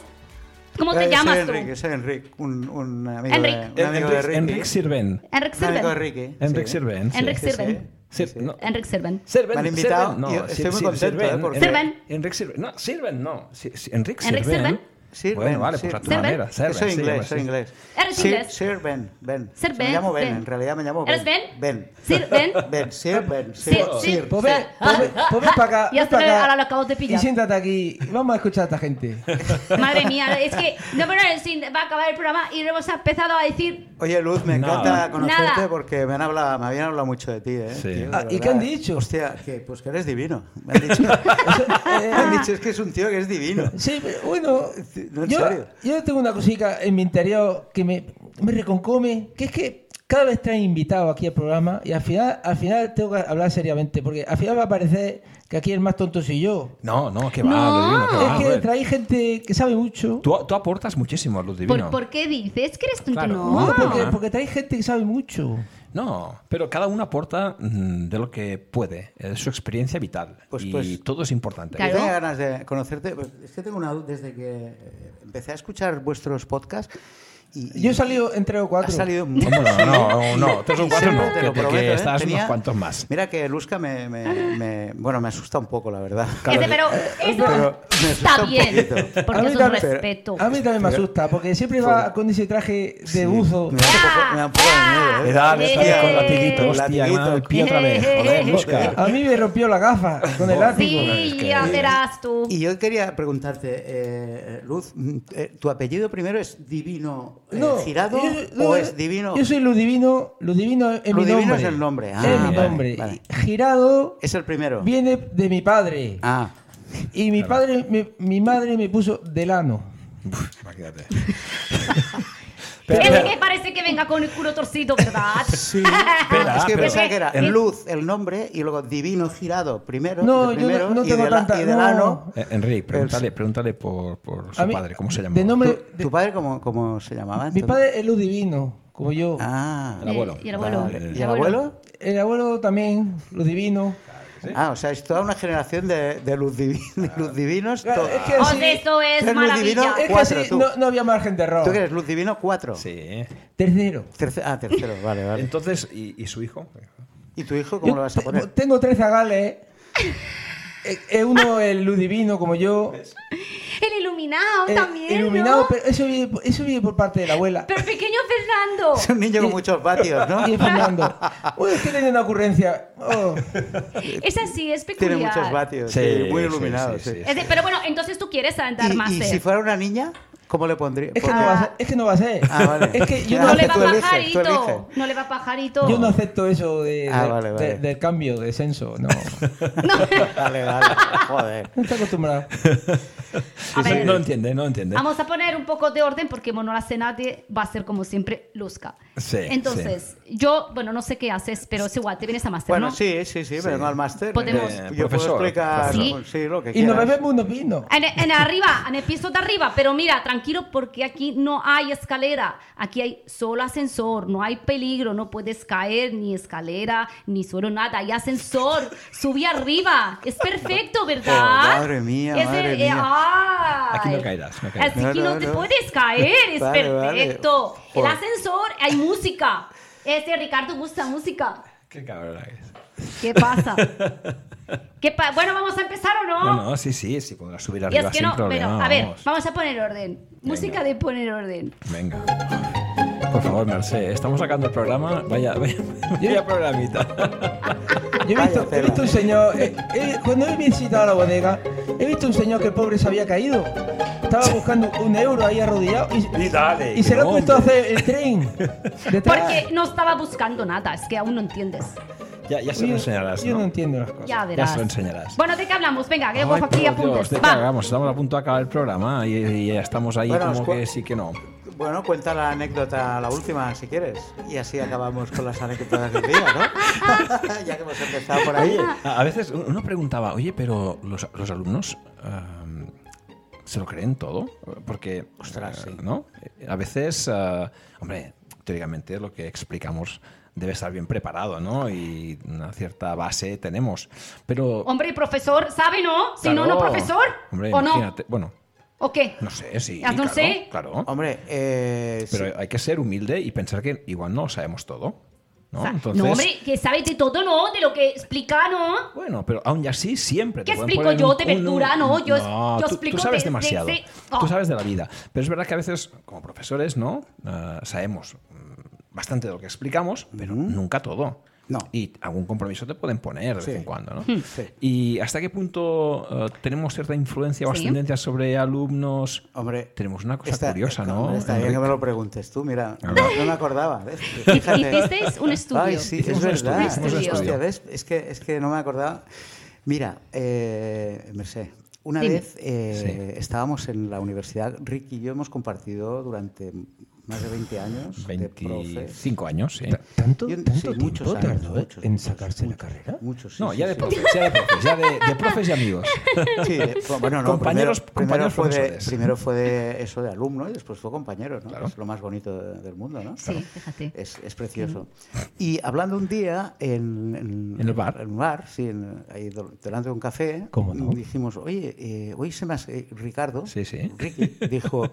¿Cómo te
Eh, Soy
llamas tú?
Enrique, soy Enrique, un, un amigo
Enrique.
de un amigo de
Enrique-
Ricky.
Enrique Sirven.
Enric
Un amigo de
Sirven.
Ricky.
Enrique
sí.
Sirven. sí.
Enrique
Sí, sí,
Sirven.
sí,
Sir-
sí.
no.
Enric Sirven.
Sirven,
Me han invitado
Sirven, no,
y yo estoy
Sir-
muy
Sir-
contento,
Sirven,
eh, porque-
Sirven.
Enrique Sirven. No, Sirven no. Si- si- Enrique
Enrique
Sirven.
Sirven,
Bueno, vale, pues a tu
Sirven.
manera.
Que
Sirven.
soy
sí,
inglés,
así.
soy inglés.
Eres
Sir-
inglés.
Sir Ben, Ben.
Sir
O sea,
Ben,
Me llamo Ben,
Ben.
en realidad me llamo Ben.
¿Eres Ben?
Ben.
Sir Ben.
Ben, Sir Ben.
Sir,
Sir,
Sir.
Sir,
Pues ven, pues ven, pues ven para acá.
Ya
ven para
se-
acá
ahora lo acabo de pillar.
Y siéntate aquí. Vamos a escuchar a esta gente.
Madre mía, es que no, pero es sin- va a acabar el programa y hemos empezado a decir
Oye, Luz, me encanta
Nada.
conocerte
Nada.
porque me, han hablado, me habían hablado mucho de ti, ¿eh?
Sí.
tío, de
Ah, ¿y
verdad.
qué han dicho?
Hostia, que, pues que eres divino. Me han dicho, me han
Ah.
dicho, es que es un tío que es divino.
eh, Sí, pero bueno,
No, en
yo,
serio.
yo tengo una cosita en mi interior que me, me reconcome, que es que cada vez traen invitado aquí al programa y al final, al final tengo que hablar seriamente, porque al final va a parecer que aquí el más tonto soy yo.
No, no, que va,
No.
Luz Divina, que va,
es que
joder.
trae gente que sabe mucho.
Tú, tú aportas muchísimo a Luz Divina.
¿por, por qué dices que eres tonto?
Claro.
No.
No,
Ah.
porque, porque trae gente que sabe mucho.
No, pero cada uno aporta mm, de lo que puede, eh, su experiencia vital.
Pues-
y
pues-
todo es importante.
Claro.
Yo tenía ganas de conocerte. pues, Es que tengo una duda desde que eh, empecé a escuchar vuestros podcasts. Y, y
Yo he salido en tres o
Ha
cuatro.
salido
¿Cómo no? No, no, no, tres o cuatro
Sí,
no,
te
que,
lo
te- que
prometo, ¿eh?
estás
Tenía-
unos cuantos más.
Mira que Luzca me, me, me- Bueno, me asusta un poco, la verdad.
Ese, Este, pero eso
pero me
está
asusta un
bien,
poquito.
A
porque
mí
es un
también-
respeto.
A mí también me asusta, porque siempre va con ese traje de buzo.
Me da un poco, me da un poco de miedo. ¿eh?
Me da, me está
Eh.
con latiguito, hostia,
Latiguito.
me da el pie otra vez. Joder, busca.
A mí me rompió la gafa con el látigo.
Sí, ya verás tú.
Y yo quería preguntarte, eh, Luz, mm, eh, ¿tu apellido primero es Divino eh, Cirado
yo- no,
o es Divino?
Yo soy Ludivino. Ludivino es mi
Ludivino
nombre.
es el nombre. Ah,
es mi
vale,
nombre.
vale.
Girado
Es el primero.
viene de mi padre.
Ah,
Y mi padre, me- mi madre me puso Delano.
Imagínate.
es que parece que venga con el culo torcido, ¿verdad?
sí.
Espera,
es que
pero-
pensaba que era
el-
Luz el nombre y luego Divino Girado primero.
No,
de
yo no-
primero,
no
y
tengo
de la-
tanta-
y de la- no.
Eh, Enrique, pregúntale, pregúntale por, por su
A mí-
padre, ¿cómo se llama?
De nombre,
¿Tu, tu padre cómo, cómo se llamaba?
mi
entonces?
padre es Ludivino, como yo.
Ah,
El abuelo.
Y el abuelo.
Vale.
¿Y el abuelo?
El abuelo también, Ludivino.
Ah, o sea, es toda una generación de, de luz, divi- de luz divinos.
Claro,
to-
es que
Oh,
así,
de eso es
Tres
maravilla.
ludivino-
es que
Cuatro,
así
tú.
no, no había margen de error.
¿Tú que eres luz divino 4?
Sí.
Tercero.
ah, tercero, vale, vale.
Entonces, ¿y, y su hijo?
¿Y tu hijo cómo
Yo
lo vas a
te-
poner?
Tengo tres zagales. Eh, eh, uno el ludivino como yo.
El iluminado
eh,
también. ¿no?
iluminado, pero eso viene, por- eso viene por parte de la abuela.
Pero el pequeño Fernando.
Es un niño con muchos vatios, ¿no?
Y el Fernando. Uy, es que tiene una ocurrencia. Oh.
Es así, es peculiar.
Tiene muchos vatios, sí,
Sí,
muy
sí,
iluminado.
sí, sí.
Es de- pero bueno, entonces tú quieres andar más.
¿Y, y
eh.
si fuera una niña, cómo le pondría?
Es que,
Porque-
no va a ser, es que no va a ser.
Ah, vale.
Es que yo
Ah,
no
no,
le va
tú eliges, tú
pajarito.
eliges.
No le va pajarito.
yo no acepto eso de,
Ah,
de-
vale, vale.
de- del cambio de censo. No, no
Vale, vale, joder.
está acostumbrado.
A ver,
No entiende, no entiende.
vamos a poner un poco de orden porque bueno, la cena de- va a ser como siempre luzca.
Sí,
Entonces, yo, bueno, no sé qué haces, pero es igual, te vienes a máster,
Bueno,
¿no?
sí, sí, sí, pero no al máster.
Podemos-
Eh,
Yo- Yo puedo
profesor,
explicar
Sí.
pues, sí, lo que
Y nos
quieras.
bebemos unos vinos.
En, en arriba, en el piso de arriba, pero mira, tranquilo porque aquí no hay escalera, aquí hay solo ascensor, no hay peligro, no puedes caer ni escalera, ni suelo, nada, hay ascensor, sube arriba, es perfecto, ¿verdad?
Oh, madre mía,
Es
madre
eh,
mía.
ay.
Aquí no caerás, no caerás.
Así que
No,
no,
no,
te
no.
puedes caer, es
Vale, vale.
perfecto. El
Joder.
ascensor, hay música. Este Ricardo gusta música.
Qué cabrón es.
¿Qué pasa? ¿Qué pa- bueno, vamos a empezar o
No, no, sí, sí, sí, podrás subir
Y
arriba
es que
sin
no, pero
problema.
a ver,
vamos.
vamos a poner orden. Música de poner orden.
Venga. Por favor, Merced, estamos sacando el programa. Vaya, vaya, vaya programita.
Yo he visto,
Vaya
he visto
tela.
un señor, eh, eh, cuando he visitado la bodega, he visto un señor que el pobre se había caído. Estaba buscando un euro ahí arrodillado y,
Y dale,
y se
que
lo ha
no,
puesto a
hombre.
hacer el tren. detrás.
Porque no estaba buscando nada, es que aún no entiendes.
Ya, ya se lo
Yo-
enseñarás.
Yo no,
¿no?
entiendo las cosas.
Ya
Pues Ya
verás.
se lo enseñarás.
Bueno, ¿de qué hablamos? Venga, que
Ay,
cojo aquí
por
apuntes.
Dios, te
Va.
cagamos, estamos a punto de acabar el programa y, y ya estamos ahí
Bueno,
como
os cua-
que sí que no.
Bueno, cuenta la anécdota, la última, si quieres. Y así acabamos con las anécdotas del día, ¿no? ya que hemos empezado por ahí.
Oye, a a veces uno preguntaba, oye, pero los, los alumnos ehm, se lo creen todo, porque,
Ostras,
eh,
sí.
¿no? Eh, A veces, eh, hombre, teóricamente lo que explicamos debe estar bien preparado, ¿no? Y una cierta base tenemos, pero
Hombre, profesor, ¿sabe no? Si no,
claro,
no, profesor.
Hombre,
¿O no?
imagínate, bueno,
¿O qué?
no sé, sí,
Ah, no
claro,
sé.
claro.
Hombre, eh, sí.
Pero hay que ser humilde y pensar que igual no lo sabemos todo, ¿no? Entonces,
No, hombre, que sabes de todo, ¿no? De lo que explica, ¿no?
Bueno, pero aún y así siempre.
¿Qué
te pueden
explico
poner
yo
un-
de
un-
verdura? No, yo es- yo
tú-
explico
Tú sabes
de- de-
demasiado.
de- oh.
Tú sabes de la vida. Pero es verdad que a veces, como profesores, ¿no? Eh, sabemos mm, bastante de lo que explicamos, pero nunca todo.
No.
Y algún compromiso te pueden poner de
Sí. Hmm.
vez en cuando, ¿no?
Sí.
¿Y hasta qué punto eh, tenemos cierta influencia o
Sí.
ascendencia sobre alumnos?
Hombre,
Tenemos una cosa
está-
curiosa, ¿no?
Está bien que
Enrique?
me lo preguntes tú, mira.
A
No,
ver.
no me acordaba. ¿ves?
hicisteis un estudio.
Ay, sí,
Hicimos
es
un estudio,
verdad.
hicimos un
Hostia,
estudio.
¿ves? Es que, es que no me acordaba. Mira, eh, Mercé, una
Dime.
vez eh, estábamos en la universidad, Ricky y yo hemos compartido durante más de 20 años de profes.
25 años, ¿eh? sí.
¿Tanto,
Yo- sí,
tanto tiempo
muchos años,
tardó
muchos,
en
muchos,
sacarse
muchos,
la carrera?
Muchos, sí,
No,
sí,
ya de
sí.
profes, ya de profes, ya de- de profes y amigos.
Sí, de- bueno, no,
Compañeros- compañeros
primero, primero fue de,
profesores.
primero fue de eso de alumno y después fue compañero, ¿no?
Claro.
Es lo más bonito de- del mundo, ¿no?
Sí, fíjate.
Es, es precioso. Y hablando un día en, en-
En el bar.
en un bar, sí, en- ahí do- delante de un café,
¿Cómo no?
dijimos, oye, eh, hoy se me hace, eh, Ricardo,
Sí, sí.
Ricky, dijo,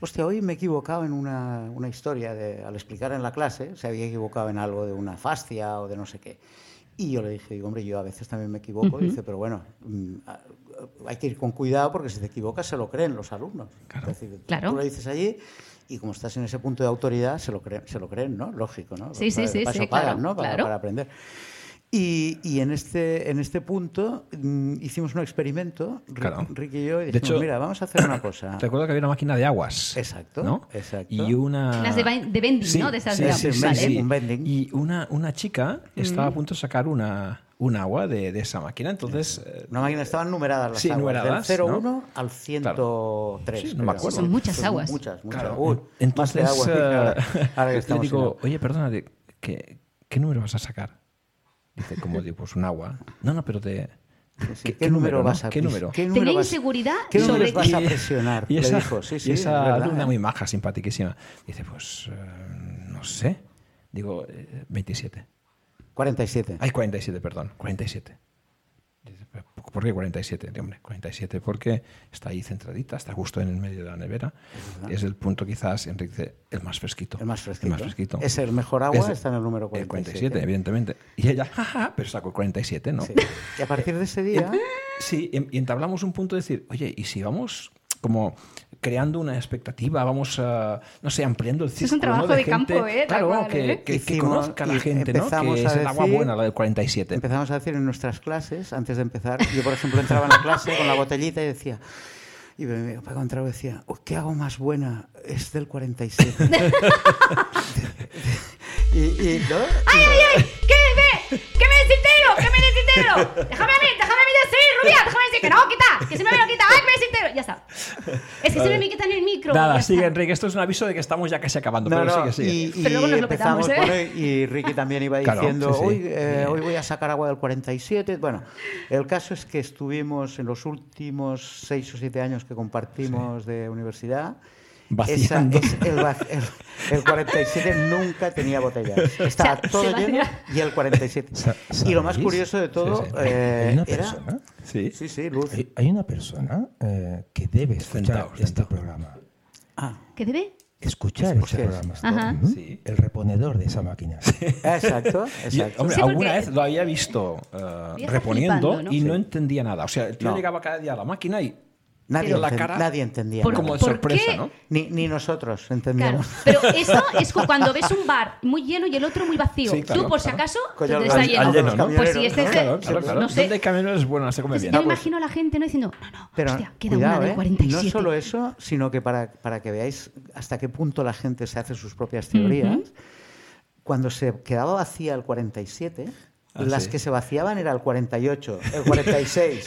hostia, hoy me he equivocado en una, una historia, de, al explicar en la clase, se había equivocado en algo de una fascia o de no sé qué. Y yo le dije, digo, hombre, yo a veces también me equivoco, dice, pero bueno, mm, a- a- hay que ir con cuidado porque si te equivocas se lo creen los alumnos. Es decir, tú-
Claro.
tú lo dices allí y como estás en ese punto de autoridad, se lo creen, se lo creen ¿no? Lógico, ¿no?
Sí, sí,
Para-
sí,
para
sí,
eso pagan,
claro,
¿no? Para-
claro.
para aprender. Y, y en, este, en este punto mm, hicimos un experimento, Rick,
Claro.
Ricky y yo, y
De
dijimos,
hecho,
mira, vamos a hacer una cosa.
Recuerdo que había una máquina de aguas.
Exacto,
¿no?
exacto.
Y una.
Las de ba- de vending, ¿no? De esas de Mm.
aguas, vale. un vending.
Y una, una chica estaba a punto de sacar una, un agua de, de esa máquina. Entonces. eh,
Una máquina, estaban numeradas las
Sí,
aguas,
numeradas,
del 01
¿no?
al 103.
Sí, no me
creo.
acuerdo.
Son muchas aguas.
Muchas, muchas.
claro,
Uy, más
entonces.
de aguas. Ahora-
eh,
ahora que
le
estamos en
digo,
agua.
oye, perdona, de- ¿qué, ¿qué número vas a sacar? Dice, como digo, pues un agua. No, no, pero te.
Sí, ¿Qué, número
no?
vas a
¿Qué número?
número
Tenía
vas-
inseguridad
¿Qué
sobre
números vas a
Y-
presionar?
Y
Le
esa,
dijo, sí, sí.
y
es
esa
verdad,
alumna
¿eh?
muy maja, simpaticísima, dice, pues, eh, no sé. Digo, eh, 27.
47.
Ay, 47, perdón, 47. Dice, "Pero, ¿Por qué 47? Digo, hombre, 47 porque está ahí centradita, está justo en el medio de la nevera. Es el punto quizás, Enrique, dice, el más fresquito.
El más fresquito.
fresquito.
Es el mejor agua,
Es-
está en el número 47.
evidentemente. Y ella, jaja, pero sacó el 47, ¿no?
Sí. Y a partir de ese día...
Sí, y y entablamos un punto de decir, oye, ¿y si vamos como creando una expectativa, vamos, a, no sé, ampliando el círculo
un trabajo
¿no?
de campo,
gente,
¿eh? Tal
Claro,
cual,
que,
¿eh?
que- que
Hicimos-
conozca la
y
gente, ¿no?
empezamos
Que
a
es el agua
decir-
buena, la del 47.
Empezamos a decir en nuestras clases, antes de empezar, yo por ejemplo entraba en la clase con la botellita y decía, y me me entraba y decía, "Uy, ¿qué hago más buena? Es del 47. y, y, ¿no?
¡Ay, ay, ay! ¿Qué me? ¿Qué me desintero? ¿Qué me desintero? Déjame a mí, déjame a mí decir, Rubia, déjame decir que no, quita, que se me lo quita, ay, que me desintero. Ya está. Es que se me quitan el micro.
Nada,
ya
sigue,
está.
Enrique, esto es un aviso de que estamos ya casi acabando,
No,
pero sigue,
no,
sigue.
Y, y
Pero luego nos lo
empezamos,
petamos, ¿eh?
bueno, y Ricky también iba
Claro,
diciendo,
sí, sí.
Hoy, eh, hoy voy a sacar agua del 47. Bueno, el caso es que estuvimos en los últimos seis o siete años que compartimos de universidad. Esa,
Vaciando.
es- el, va- el- el 47 nunca tenía botellas. Estaba
Se- se
todo
vacía.
lleno y el 47.
Sa-
Y lo más
¿sabéis?
curioso de todo
Sí, sí.
eh,
Hay una
era...
persona,
Sí.
Sí, sí, Luz.
hay, hay una persona eh, que debe escuchar
Sentaos,
este
sentaos.
programa.
Ah,
¿Qué debe?
Escuchar
Pues,
este
¿qué es?
programa.
Ajá.
Ujú.
Sí.
El reponedor de esa máquina.
exacto,
Y,
exacto.
hombre,
Sí, porque-
alguna vez lo había visto eh,
Voy a estar
reponiendo
flipando, ¿no?
y no entendía nada. O sea, el tío
No.
llegaba cada día a la máquina y
Nadie,
pero la
enten-
cara-
nadie entendía.
Por-
nada.
como de
¿por
sorpresa,
qué?
¿no?
Ni, ni nosotros
Claro.
entendíamos.
Pero eso es cu- cuando ves un bar muy lleno y el otro muy vacío.
Sí, claro,
Tú, por si
claro.
acaso,
Coño,
donde está
al- al
lleno.
lleno, ¿no?
Pues si este es
Claro, claro, claro.
No sé.
Donde hay camiones es bueno, se come bien.
Yo me imagino a la gente no diciendo, no, no,
Ah, pues Pero
hostia, queda
cuidado,
una de
¿eh?
47.
No solo eso, sino que para, para que veáis hasta qué punto la gente se hace sus propias teorías, cuando se quedaba vacía el 47,
Ah,
las
sí.
que se vaciaban era el 48, el 46.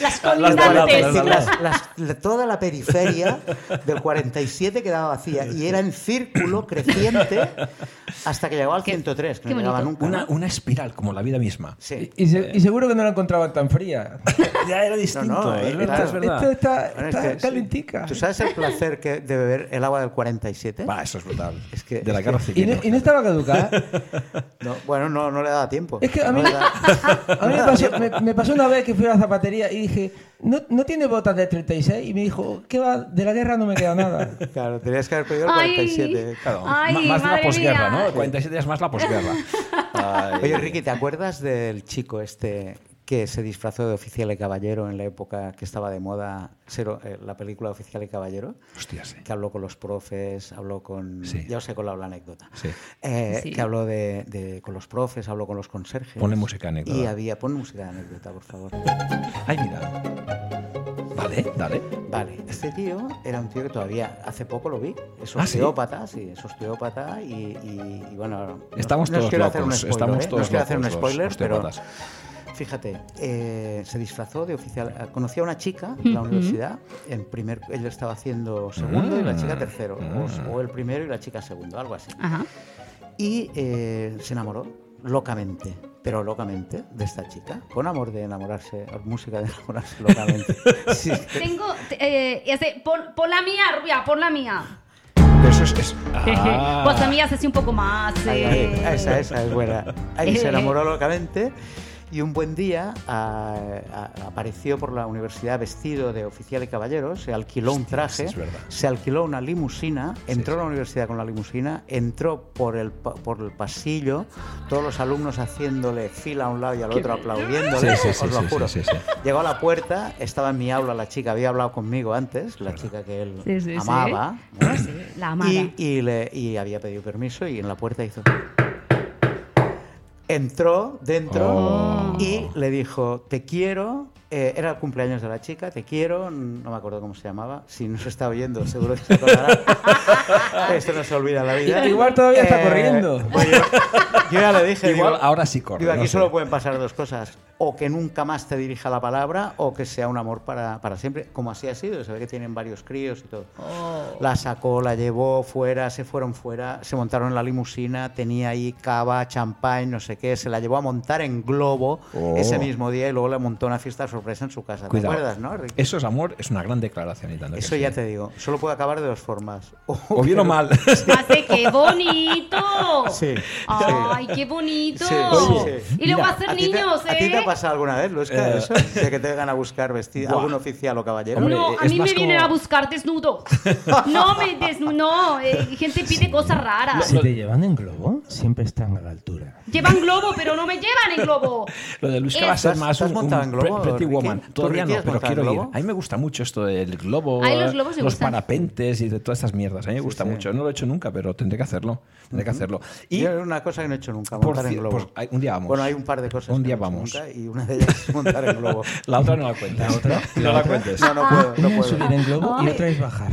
Las
Ah, las
colindantes.
de la- de
Las- las- la- toda la periferia del 47 quedaba vacía y era en círculo creciente hasta que llegó al 103, que
qué
no llegaba
bonito.
nunca. ¿no?
Una, una espiral, como la vida misma.
Sí. Eh.
Y, se- y seguro que no la encontraban tan fría.
Ya era distinto.
No, no,
es
eh,
verdad,
claro.
es verdad.
Esto está,
Bueno, es
está
que-
calentica.
¿Tú sabes el placer que, de beber el agua del 47?
Va, eso es brutal.
Es que-
de la
es
guerra
que-
Y
civil.
no, y no estaba ¿eh? caducada.
No, bueno, no, no le daba tiempo.
Es que a mí,
No le daba-
a mí me, pasó, me- me pasó una vez que fui a la zapatería y dije, ¿no, no tiene botas de 36? Y me dijo, ¿qué va? De la guerra no me queda nada.
Claro, tenías que haber pedido el
Ay,
47.
Claro,
Ay,
ma- más de la
madre
posguerra,
mía.
¿no? El 47 es más la posguerra. Ay.
Oye, Ricky, ¿te acuerdas del chico este que se disfrazó de oficial y caballero en la época que estaba de moda ser- eh, la película Oficial y Caballero?
Hostia, sí.
Que habló con los profes, habló con...
Sí.
Ya os he colado la anécdota.
Sí.
Eh,
Sí.
Que habló de, de- con los profes, habló con los conserjes.
Ponle música anécdota.
Y había... Pon música de anécdota, por favor.
Ay, mira. Vale, dale.
Vale, este tío era un tío que todavía hace poco lo vi. Es
Ah, ¿sí?
osteópata, sí, es osteópata y, y- y bueno. no-
Estamos
no os
todos
quiero
locos.
hacer un spoiler,
Estamos
¿eh?
todos
No os quiero hacer un
locos, los
spoiler, pero
osteópatas.
fíjate, eh, se disfrazó de oficial. eh, Conocí a una chica en la universidad. En primer, él estaba haciendo segundo y la
Mm.
chica tercero, o, o el primero y la chica segundo, algo así.
Ajá.
Y eh, se enamoró locamente, pero locamente, de esta chica. Con amor de enamorarse, música de enamorarse locamente. Sí.
Tengo. Eh, ese, pon, pon la mía, Rubia, pon la mía.
Pero eso es. es- Ah.
Pues la mía es así un poco más.
Ahí,
eh,
ahí, esa, esa es buena. Ahí se enamoró locamente y un buen día ah, ah, apareció por la universidad vestido de oficial y caballero, se alquiló un traje,
es verdad.
se alquiló una limusina, entró a la universidad con la limusina, entró por el, pa- por el pasillo, todos los alumnos haciéndole fila a un lado y al otro aplaudiéndole,
Sí, sí, sí,
os lo
sí,
juro.
sí, sí, sí.
Llegó a la puerta, estaba en mi aula la chica, había hablado conmigo antes, la chica que él
Sí, sí, sí.
amaba. ¿no?
sí, la amada.
Y, y le, y había pedido permiso y en la puerta hizo. Entró dentro
Oh.
y le dijo: Te quiero. eh, era el cumpleaños de la chica, te quiero. No me acuerdo cómo se llamaba. Si nos está oyendo, seguro que se acordará. Esto no se olvida en la vida. Eh,
Igual todavía está corriendo.
bueno, yo, yo ya le dije.
Igual
digo,
ahora sí corre.
digo, aquí
no sé.
solo pueden pasar dos cosas. O que nunca más te dirija la palabra o que sea un amor para, para siempre, como así ha sido. Se ve que tienen varios críos y todo. La sacó, la llevó fuera, se fueron fuera, se montaron en la limusina, tenía ahí cava, champán, no sé qué. Se la llevó a montar en globo
Oh.
ese mismo día y luego le montó una fiesta sorpresa en su casa.
Cuidado.
¿Te acuerdas, no, Ricky?
Eso es amor, es una gran declaración. y tanto que
Eso
sí.
ya te digo. Solo puede acabar de dos formas. Oh,
O bien o
que-
mal.
Hace qué bonito.
Sí,
Ay, qué bonito.
Sí, oye,
y luego
mira,
hacer
¿A ti, te,
niños,
a ti te
¿eh?
ha pasado alguna vez, Luisca,
Eh.
eso? De que te vengan a buscar vestido,
Buah.
algún oficial o caballero.
Hombre,
no,
eh,
a
es
mí
más
me vienen
como-
a buscar desnudo. No me desnudo. No, eh, gente pide cosas
Ah.
raras.
Si te llevan en globo, siempre están a la altura.
Llevan globo, pero no me llevan en globo.
Lo de Luisca va a
Eh,
ser
¿Has-
más
has
un,
montado
un
en globo,
pre- Pretty
Ricky?
Woman.
¿Tú,
Todavía
Ricky,
no,
has
pero
montado en
quiero ir.
globo?
A mí me gusta mucho esto del globo,
Ay, los globos me gustan.
parapentes y de todas estas mierdas. A mí me gusta
sí.
mucho. No lo he hecho nunca, pero tendré que hacerlo. Tendré que hacerlo. Y
Yo era una cosa que no he hecho nunca,
Por
montar en
cier-
globo.
pues, hay- un día vamos.
Bueno, hay un par de cosas
Un
que
día
no he hecho
vamos.
nunca y una de ellas es montar en globo.
la otra no la cuentes. La otra no la cuentes.
No, no puedo, no
Una es subir
puedo.
en globo y otra es bajar.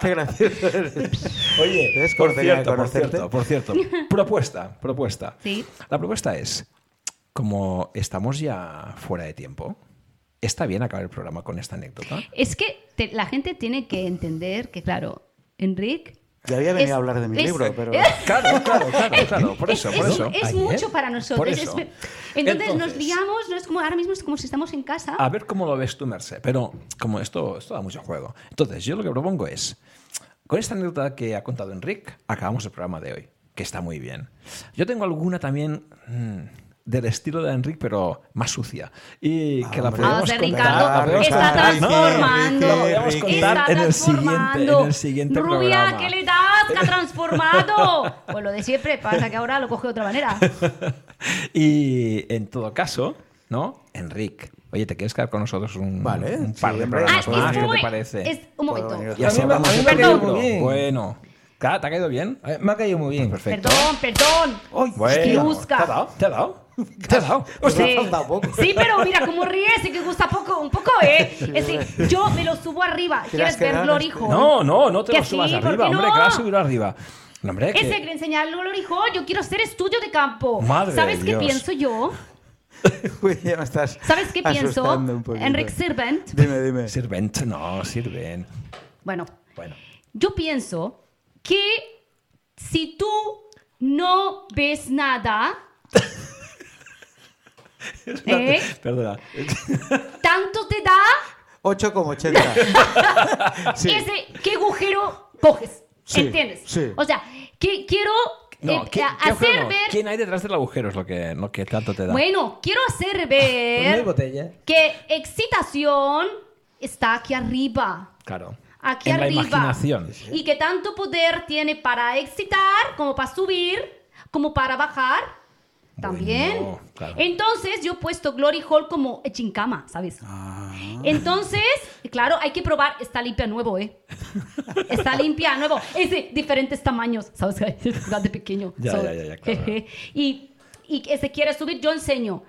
Qué gracioso eres.
Oye,
¿Ves
por
cómo tenía que
cierto, por
conocerte?
cierto, por cierto. Propuesta, propuesta.
Sí.
La propuesta es, como estamos ya fuera de tiempo, ¿está bien acabar el programa con esta anécdota?
Es que te- la gente tiene que entender que, claro, Enric.
Ya había venido
es-
a hablar de mi
es-
libro, pero...
Claro, claro, claro, claro. Por eso,
es,
por
es-
eso.
es
Ayer.
mucho para
Por
nosotros.
eso.
es- entonces, nos
Entonces,
liamos, no es como ahora mismo es como si estamos en casa.
A ver cómo lo ves tú, Merce. Pero como esto, esto da mucho juego. Entonces, yo lo que propongo es, con esta anécdota que ha contado Enric, acabamos el programa de hoy, que está muy bien. Yo tengo alguna también mm, del estilo de Enric, pero más sucia. Y que la
Ah, hombre.
podemos
Vamos, eh,
contar.
Ricardo,
la podemos
está
contar.
transformando.
No, la podemos
Ricky,
contar en el siguiente, en el siguiente
Rubia,
programa.
¿qué le das? Que ha transformado. Pues lo de siempre, pasa que ahora lo coge de otra manera.
Y en todo caso, ¿no? Enric, oye, ¿te quieres quedar con nosotros un,
Vale,
un par de
sí,
programas
hombre.
Ah,
más?
es
¿Qué
muy-
te parece?
es- un
Puedo
momento.
venir
Y
otra
así
A mí me-
hablamos
a mí
de
me ha caído
libro.
muy bien.
Bueno, Claro, ¿te ha caído bien?
A ver, Me ha caído muy bien.
Perfecto.
Perdón, perdón.
Ay,
que
Bueno,
busca.
¿Te ha dado? ¿Te ha dado? ¿Te ha dado? Hostia,
Sí.
falta poco.
Sí, pero mira cómo ríes y que gusta poco, un poco, ¿eh? Es decir, yo me lo subo arriba. ¿Quieres
quedar
verlo,
este-
hijo?
No, no, no te
Que
lo subas
sí, ¿por
arriba,
qué
hombre,
no?
que vas a subir arriba. No, hombre, que-
Ese que enseñarle un hijo, yo quiero ser estudio de campo.
Madre
¿Sabes
de
qué
Dios.
pienso yo?
Uy, ya me estás
¿Sabes qué pienso?
asustando un poquito.
Enric Servant.
Dime, dime.
Sirvent, no, sirven.
Bueno,
Bueno.
yo pienso que si tú no ves nada, ¿eh?
Perdona.
tanto te da
8,80. Sí.
ese qué agujero coges.
Sí,
¿Entiendes?
sí.
O sea, que quiero
No,
eh,
¿qué- qué
hacer
agujero?
ver.
¿Quién hay detrás del agujero? Es lo que, lo que tanto te da.
Bueno, quiero hacer
Pues no hay
ver
botella.
que excitación está aquí arriba.
claro.
Aquí
en
arriba.
la imaginación.
Y que tanto poder tiene para excitar, como para subir, como para bajar. También.
Bueno, claro.
Entonces, yo he puesto Glory Hall como chincama, ¿sabes?
Ah.
Entonces, claro, hay que probar. Está limpia nuevo, ¿eh? Está limpia nuevo. Es de diferentes tamaños, ¿sabes? Es de pequeño.
Ya,
So-
ya, ya, ya, claro.
y, y que se quiere subir, yo enseño.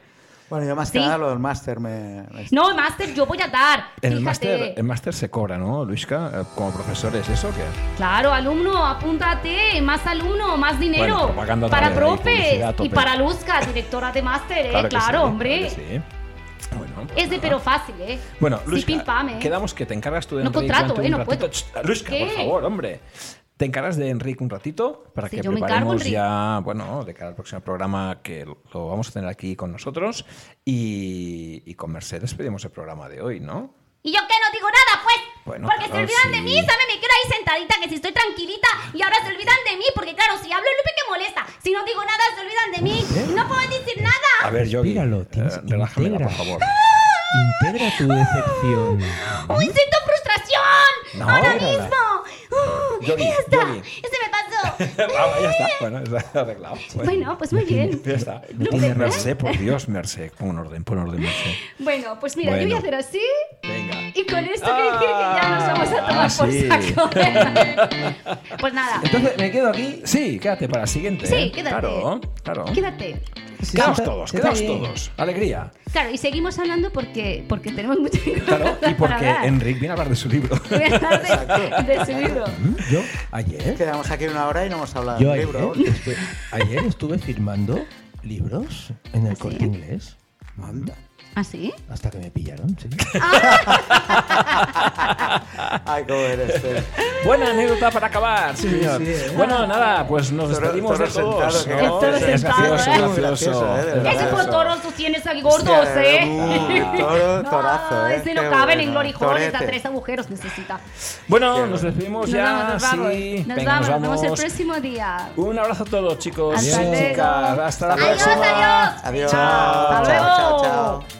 Bueno, yo más que
Sí.
nada lo del máster me... me-
No, máster, yo voy a dar.
En el
Fíjate.
máster el máster se cobra, ¿no, Luisca? Eh, Como profesor, ¿es eso o qué?
Claro, alumno, apúntate, más alumno, más dinero
Bueno, propaganda otra
para
vez, ahí,
profes
publicidad a tope.
y para Luzca, directora de máster, ¿eh? claro,
que sí,
hombre.
claro que sí. Bueno, pues
Es de
nada.
pero fácil, ¿eh?
Bueno,
Sí,
Luisca,
pim, pam, ¿eh?
quedamos que te encargas tú de
No
Enric
contrato,
durante un
¿eh? No
ratito.
puedo.
Ch, Luisca,
¿Qué?
por favor, hombre. Te encargas de Enrique un ratito para
Sí,
que
yo me encargo,
preparemos ya, bueno, de cara al próximo programa que lo vamos a tener aquí con nosotros y, y con Mercedes pedimos el programa de hoy, ¿no?
Y yo que no digo nada, pues.
Bueno,
porque se
claro,
olvidan de
sí.
mí, ¿sabe? Me quedo ahí sentadita, que si estoy tranquilita y ahora se olvidan de mí, porque claro, si hablo Lupe que molesta. Si no digo nada, se olvidan de mí. y No puedo decir nada.
A ver, yo
Míralo, tienes que
relájamela, por
integrar.
favor.
Integra tu decepción.
¡Uy, siento frustración!
No,
¡Ahora
mírala.
mismo! Uh,
Yogi,
ya está.
Yogi.
Ah,
Ese me pasó.
Ah, ya está, bueno, está arreglado.
Bueno, pues muy bien.
Ya está.
Lo que-
Mercé, por Dios, Mercé. Pon orden, pon orden, Mercé.
Bueno, pues mira, yo voy
Bueno.
a hacer así
Venga.
y con esto que dije que ya nos vamos a tomar
Ah, sí.
por saco. pues nada,
Entonces me quedo aquí.
Sí, quédate para la siguiente.
Sí,
¿eh?
quédate.
Claro, claro.
quédate.
Sí,
Quedaos
está-
todos,
está
quedaos
bien.
todos. Alegría.
Claro, y seguimos hablando porque, porque tenemos mucho
Claro, y porque Enrique viene a hablar de su libro.
Voy a hablar de, de su libro.
¿Mm? Yo ayer,
Quedamos aquí una hora y no hemos hablado
yo
del
ayer,
libro.
¿eh?
estu- ayer estuve firmando libros en el corte inglés. Anda.
¿Ah, sí?
Hasta que me pillaron, sí.
Ay, cómo eres. eh.
Buena anécdota para acabar, sí, señor.
sí, ¿eh?
Bueno, nada, pues nos
Toro-
despedimos de
toro
todos.
sentado, que
¿no?
toro
Es
sentado,
gracioso,
¿eh?
es
Muy
gracioso.
gracioso, ¿eh? De
es
verdad.
Ese
gracioso.
toros tú tienes aquí gordos, ¿eh?
Uy, toro, torazo,
Ay,
¿eh?
se lo
Qué
caben en
bueno.
Glory Hall, hasta
Torete.
tres agujeros necesita.
Bueno, nos despedimos
Nos
ya.
vamos, nos vamos.
sí.
Nos
Venga,
vamos, nos vemos el próximo día.
Un abrazo a todos, chicos
Hasta
y
luego.
chicas. Hasta la
Adiós,
próxima.
adiós.
Adiós.
Hasta
Chao, chao,
luego.
chao.